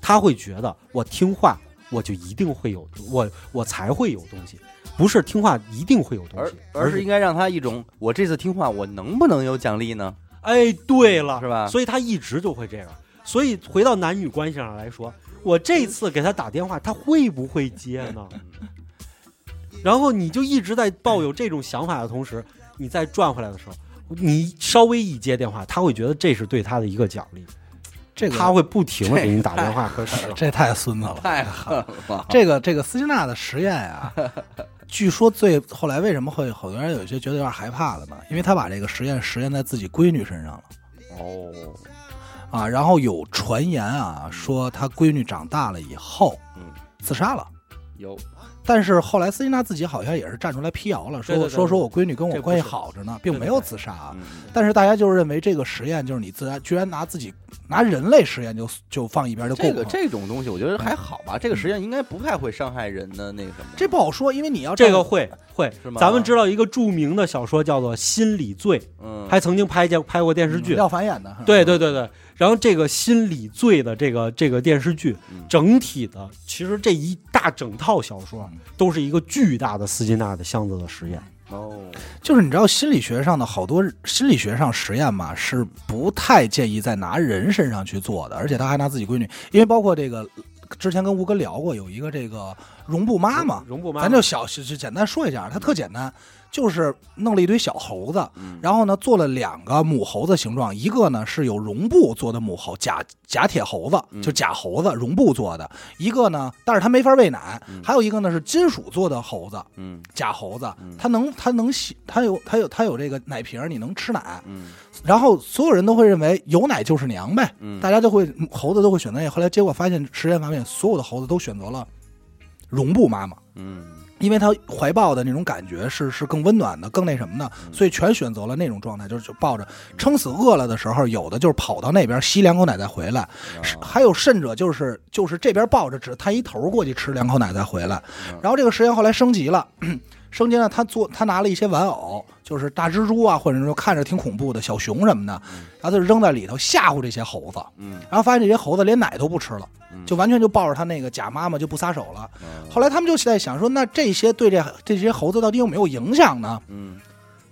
他会觉得我听话，我就一定会有我我才会有东西，不是听话一定会有东
而
西，
而是应该让他一种，我这次听话，我能不能有奖励呢？
哎，对了，
是吧
所以他一直就会这样。所以回到男女关系上来说，我这次给他打电话，他会不会接呢？ 然后你就一直在抱有这种想法的同时，你再转回来的时候，你稍微一接电话，他会觉得这是对他的一个奖励，
这
他
个
会不停的给你打电话和使。
这太孙子了。
太狠了，
这个这个斯金纳的实验啊，据说最后来为什么会很多人有些觉得有点害怕了呢？因为他把这个实验实验在自己闺女身上了
哦，
啊，然后有传言啊说他闺女长大了以后
嗯
自杀了。
有，
但是后来斯金纳自己好像也是站出来辟谣了，说
对对对
说说我闺女跟
这
我
不
关系
是
好着呢，并
对对
没有
对
自杀啊。
嗯
但是大家就是认为这个实验就是你自然居然拿自己拿人类实验就就放一边就过
这个。
了
这种东西，我觉得还好吧。这个实验应该不太会伤害人的那个什么。
这不好说，因为你要
哦这
站
个会会
是吗
咱们知道一个著名的小说叫做《心理罪》，
嗯，
还曾经拍见拍过电视剧。
廖凡演的，嗯是吧
对对对对，然后这个《心理罪》的这个这个电视剧
嗯，
整体的其实这一大整套小说
嗯
都是一个巨大的斯金纳的箱子的实验。
哦，
就是你知道心理学上的好多心理学上实验嘛，是不太建议在拿人身上去做的，而且他还拿自己闺女，因为包括这个之前跟吴哥聊过，有一个这个绒布妈妈，
容不妈妈，
咱就小就就简单说一下，它特简单，就是弄了一堆小猴子，
嗯
然后呢做了两个母猴子形状，一个呢是有绒布做的母猴，假假铁猴子，就假猴子绒布做的，一个呢，但是它没法喂奶，还有一个呢是金属做的猴子，
嗯
假猴子，它能它能吸，它有它有它有这个奶瓶儿，你能吃奶，
嗯
然后所有人都会认为有奶就是娘呗，
嗯
大家就会猴子都会选择那个。后来结果发现实验发现，所有的猴子都选择了绒布妈妈。
嗯
因为它怀抱的那种感觉是是更温暖的，更那什么的，
嗯
所以全选择了那种状态，就是就抱着撑死饿了的时候，有的就是跑到那边吸两口奶再回
啊
来，是还有甚者就是就是这边抱着只探一头过去吃两口奶再回
啊
来。然后这个实验后来升级了，升级呢，他做他拿了一些玩偶，就是大蜘蛛啊，或者说看着挺恐怖的小熊什么的，然后就扔在里头吓唬这些猴子，
嗯
然后发现这些猴子连奶都不吃了，
嗯
就完全就抱着他那个假妈妈就不撒手了。后来他们就在想说，那这些对这这些猴子到底有没有影响呢？
嗯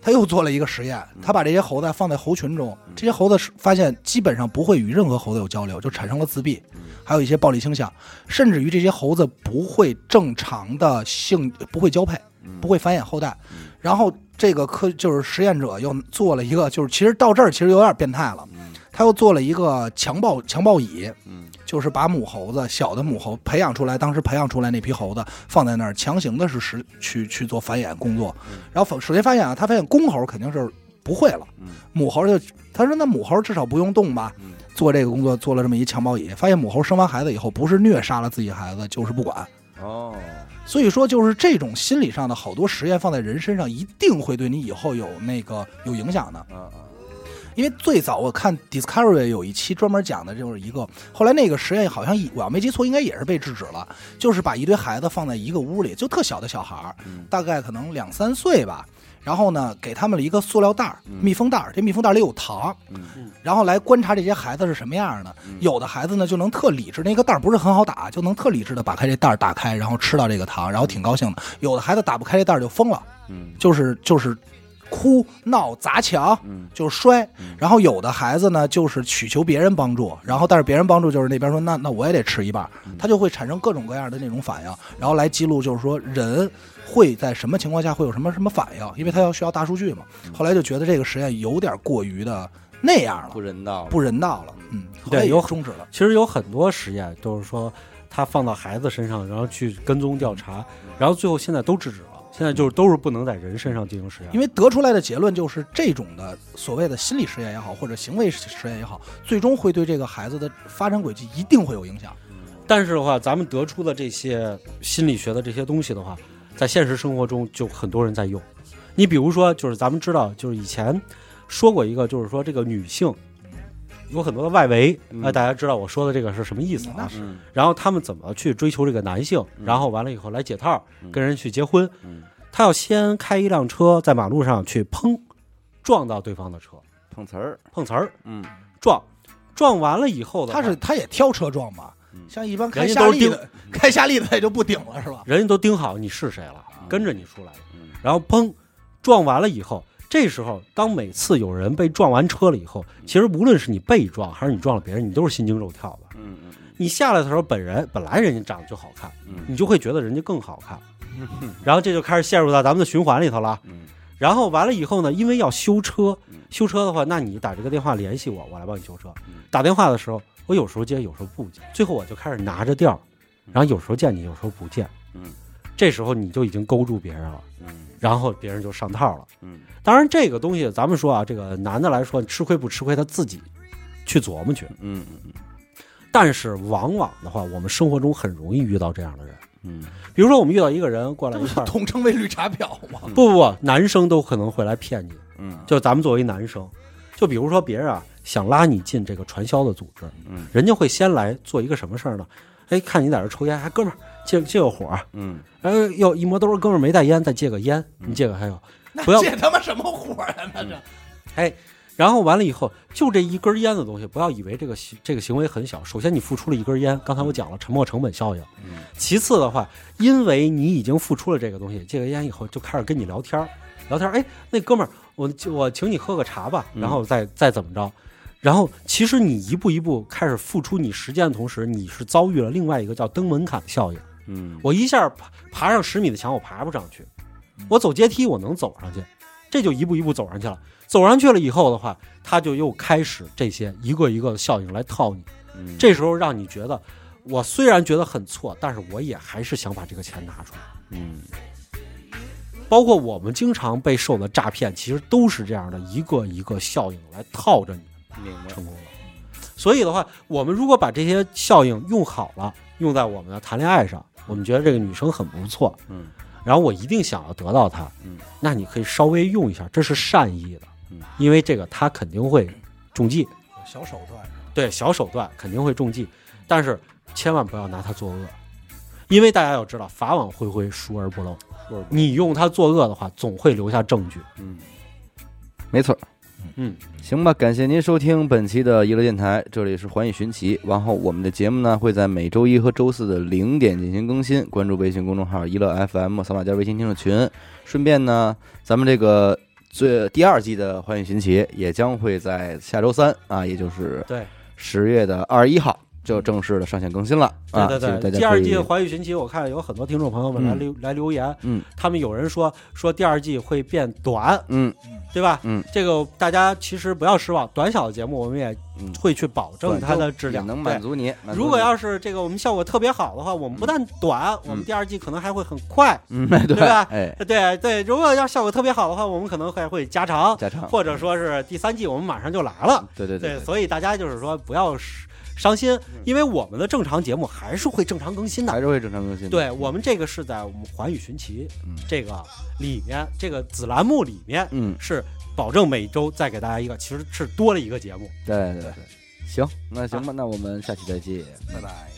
他又做了一个实验，他把这些猴子放在猴群中，这些猴子是发现基本上不会与任何猴子有交流，就产生了自闭，还有一些暴力倾向，甚至于这些猴子不会正常的性，不会交配，不会繁衍后代。然后这个科就是实验者又做了一个，就是其实到这儿其实有点变态了，他又做了一个强暴强暴椅，
嗯
就是把母猴子小的母猴培养出来，当时培养出来那批猴子放在那儿，强行的是实去去做繁衍工作。然后首先发现啊，他发现公猴肯定是不会了，
嗯
母猴就他说那母猴至少不用动吧
嗯，
做这个工作做了这么一强暴蚁，发现母猴生完孩子以后不是虐杀了自己孩子，就是不管。
哦，
所以说，就是这种心理上的好多实验放在人身上，一定会对你以后有那个有影响的。
啊啊，
因为最早我看 Discovery 有一期专门讲的就是一个，后来那个实验好像也我要没记错，应该也是被制止了，就是把一堆孩子放在一个屋里，就特小的小孩儿
嗯，
大概可能两三岁吧。然后呢，给他们了一个塑料袋儿、密封袋儿，这密封袋儿里有糖，
嗯
然后来观察这些孩子是什么样的。有的孩子呢，就能特理智，那个袋儿不是很好打，就能特理智的把开这袋儿打开，然后吃到这个糖，然后挺高兴的。有的孩子打不开这袋儿就疯了，
嗯
就是就是哭闹砸墙，
嗯
就摔。然后有的孩子呢，就是祈求别人帮助，然后但是别人帮助就是那边说那那我也得吃一半儿，
嗯
他就会产生各种各样的那种反应，然后来记录就是说人会在什么情况下会有什么什么反应，因为他要需要大数据嘛。
嗯
后来就觉得这个实验有点过于的那样
不
了，
人道，
不人道了，嗯，后
对
来也
有
终止了。
其实有很多实验都是说他放到孩子身上，然后去跟踪调查，然后最后现在都制止了，现在就是都是不能在人身上进行实验，
因为得出来的结论就是，这种的所谓的心理实验也好，或者行为实验也好，最终会对这个孩子的发展轨迹一定会有影响。
但是的话，咱们得出的这些心理学的这些东西的话，在现实生活中就很多人在用。你比如说，就是咱们知道，就是以前说过一个，就是说这个女性有很多的外围，呃
嗯
那、大家知道我说的这个是什么意思
那
啊？
是
嗯
然后他们怎么去追求这个男性，然后完了以后来解套，
嗯
跟人去结婚，
嗯，
他要先开一辆车在马路上去砰撞到对方的车，
碰瓷儿，
碰瓷儿
嗯
撞，撞完了以后的话
他是他也挑车撞吧
嗯？
像一般开
人家
夏
都
利的，开夏利的也就不顶了是吧？
人家都盯好你是谁了，
嗯
跟着你出来了
嗯，
然后砰，撞完了以后，这时候当每次有人被撞完车了以后，
嗯
其实无论是你被撞还是你撞了别人，你都是心惊肉跳的。
嗯嗯
你下来的时候，本人本来人家长得就好看，
嗯
你就会觉得人家更好 看，然后这就开始陷入到咱们的循环里头了。
嗯
然后完了以后呢，因为要修车
嗯，
修车的话，那你打这个电话联系我，我来帮你修车
嗯。
打电话的时候，我有时候接，有时候不接，最后我就开始拿着调儿，然后有时候见你，有时候不见。
嗯，
这时候你就已经勾住别人了，
嗯
然后别人就上套了。
嗯
当然，这个东西咱们说啊，这个男的来说吃亏不吃亏，他自己去琢磨去。
嗯
但是往往的话，我们生活中很容易遇到这样的人，
嗯
嗯，比如说我们遇到一个人过来一块儿，
统称为绿茶婊嘛。
不不不，男生都可能会来骗你。
嗯
就咱们作为男生，就比如说别人啊想拉你进这个传销的组织，
嗯，
人家会先来做一个什么事儿呢？哎，看你在这抽烟，还、哥们儿借借个火儿，
嗯，
哎哟一摸兜儿，哥们儿没带烟，再借个烟，你借个还有，
那
不要嗯
借他妈什么火呀、那是、
哎然后完了以后，就这一根烟的东西，不要以为这个行这个行为很小。首先，你付出了一根烟，刚才我讲了沉没成本效应。
嗯
其次的话，因为你已经付出了这个东西，这个烟以后就开始跟你聊天儿，聊天儿，哎，那哥们儿，我我请你喝个茶吧，
嗯
然后再再怎么着。然后，其实你一步一步开始付出你时间的同时，你是遭遇了另外一个叫登门槛效应。
嗯，
我一下爬爬上十米的墙，我爬不上去，我走阶梯我能走上去，这就一步一步走上去了。走上去了以后的话，他就又开始这些一个一个的效应来套你。
嗯
这时候让你觉得，我虽然觉得很错，但是我也还是想把这个钱拿出来。
嗯
包括我们经常被受的诈骗，其实都是这样的一个一个效应来套着你。
明白
成功了。所以的话，我们如果把这些效应用好了，用在我们的谈恋爱上，我们觉得这个女生很不错，
嗯，
然后我一定想要得到她，
嗯，
那你可以稍微用一下，这是善意的，
嗯，
因为这个她肯定会中计，
小手段。
对，小手段肯定会中计，但是千万不要拿它作恶，因为大家要知道，法网恢恢，疏而不漏，
说吧
你用它作恶的话，总会留下证据。
嗯，没错。
嗯，
行吧，感谢您收听本期的娱乐电台，这里是环宇寻奇。然后我们的节目呢会在每周一和周四的零点进行更新，关注微信公众号“娱乐 FM”，扫码加入微信听众群。顺便呢，咱们这个最第二季的环宇寻奇也将会在下周三啊，也就是
对
十月的二十一号就正式的上线更新了啊。
对对
记得
对，
大
第
家可
二季
以
《环宇寻奇》，我看有很多听众朋友们来
嗯
留、来留言，
嗯，
他们有人说说第二季会变短，
嗯
对吧？
嗯，
这个大家其实不要失望，短小的节目我们也
嗯，
会去保证它的质
也
量，
能满
对。
足你。满足
如果
你
要是这个我们效果特别好的话，我们不但短，我们第二季可能还会很快。
嗯， 对
对吧
哎，
对对，如果要效果特别好的话，我们可能还会加长，
加长，
或者说是第三季我们马上就来了。
对对嗯
对，所以大家就是说不要失伤心，因为我们的正常节目还是会正常更新的。
还是会正常更新的。
对我们这个是在我们环宇寻奇
嗯
这个里面，这个子栏目里面
嗯，
是保证每周再给大家一个，其实是多了一个节目。啊
对对对，行，那行吧，那我们下期再见，
拜拜。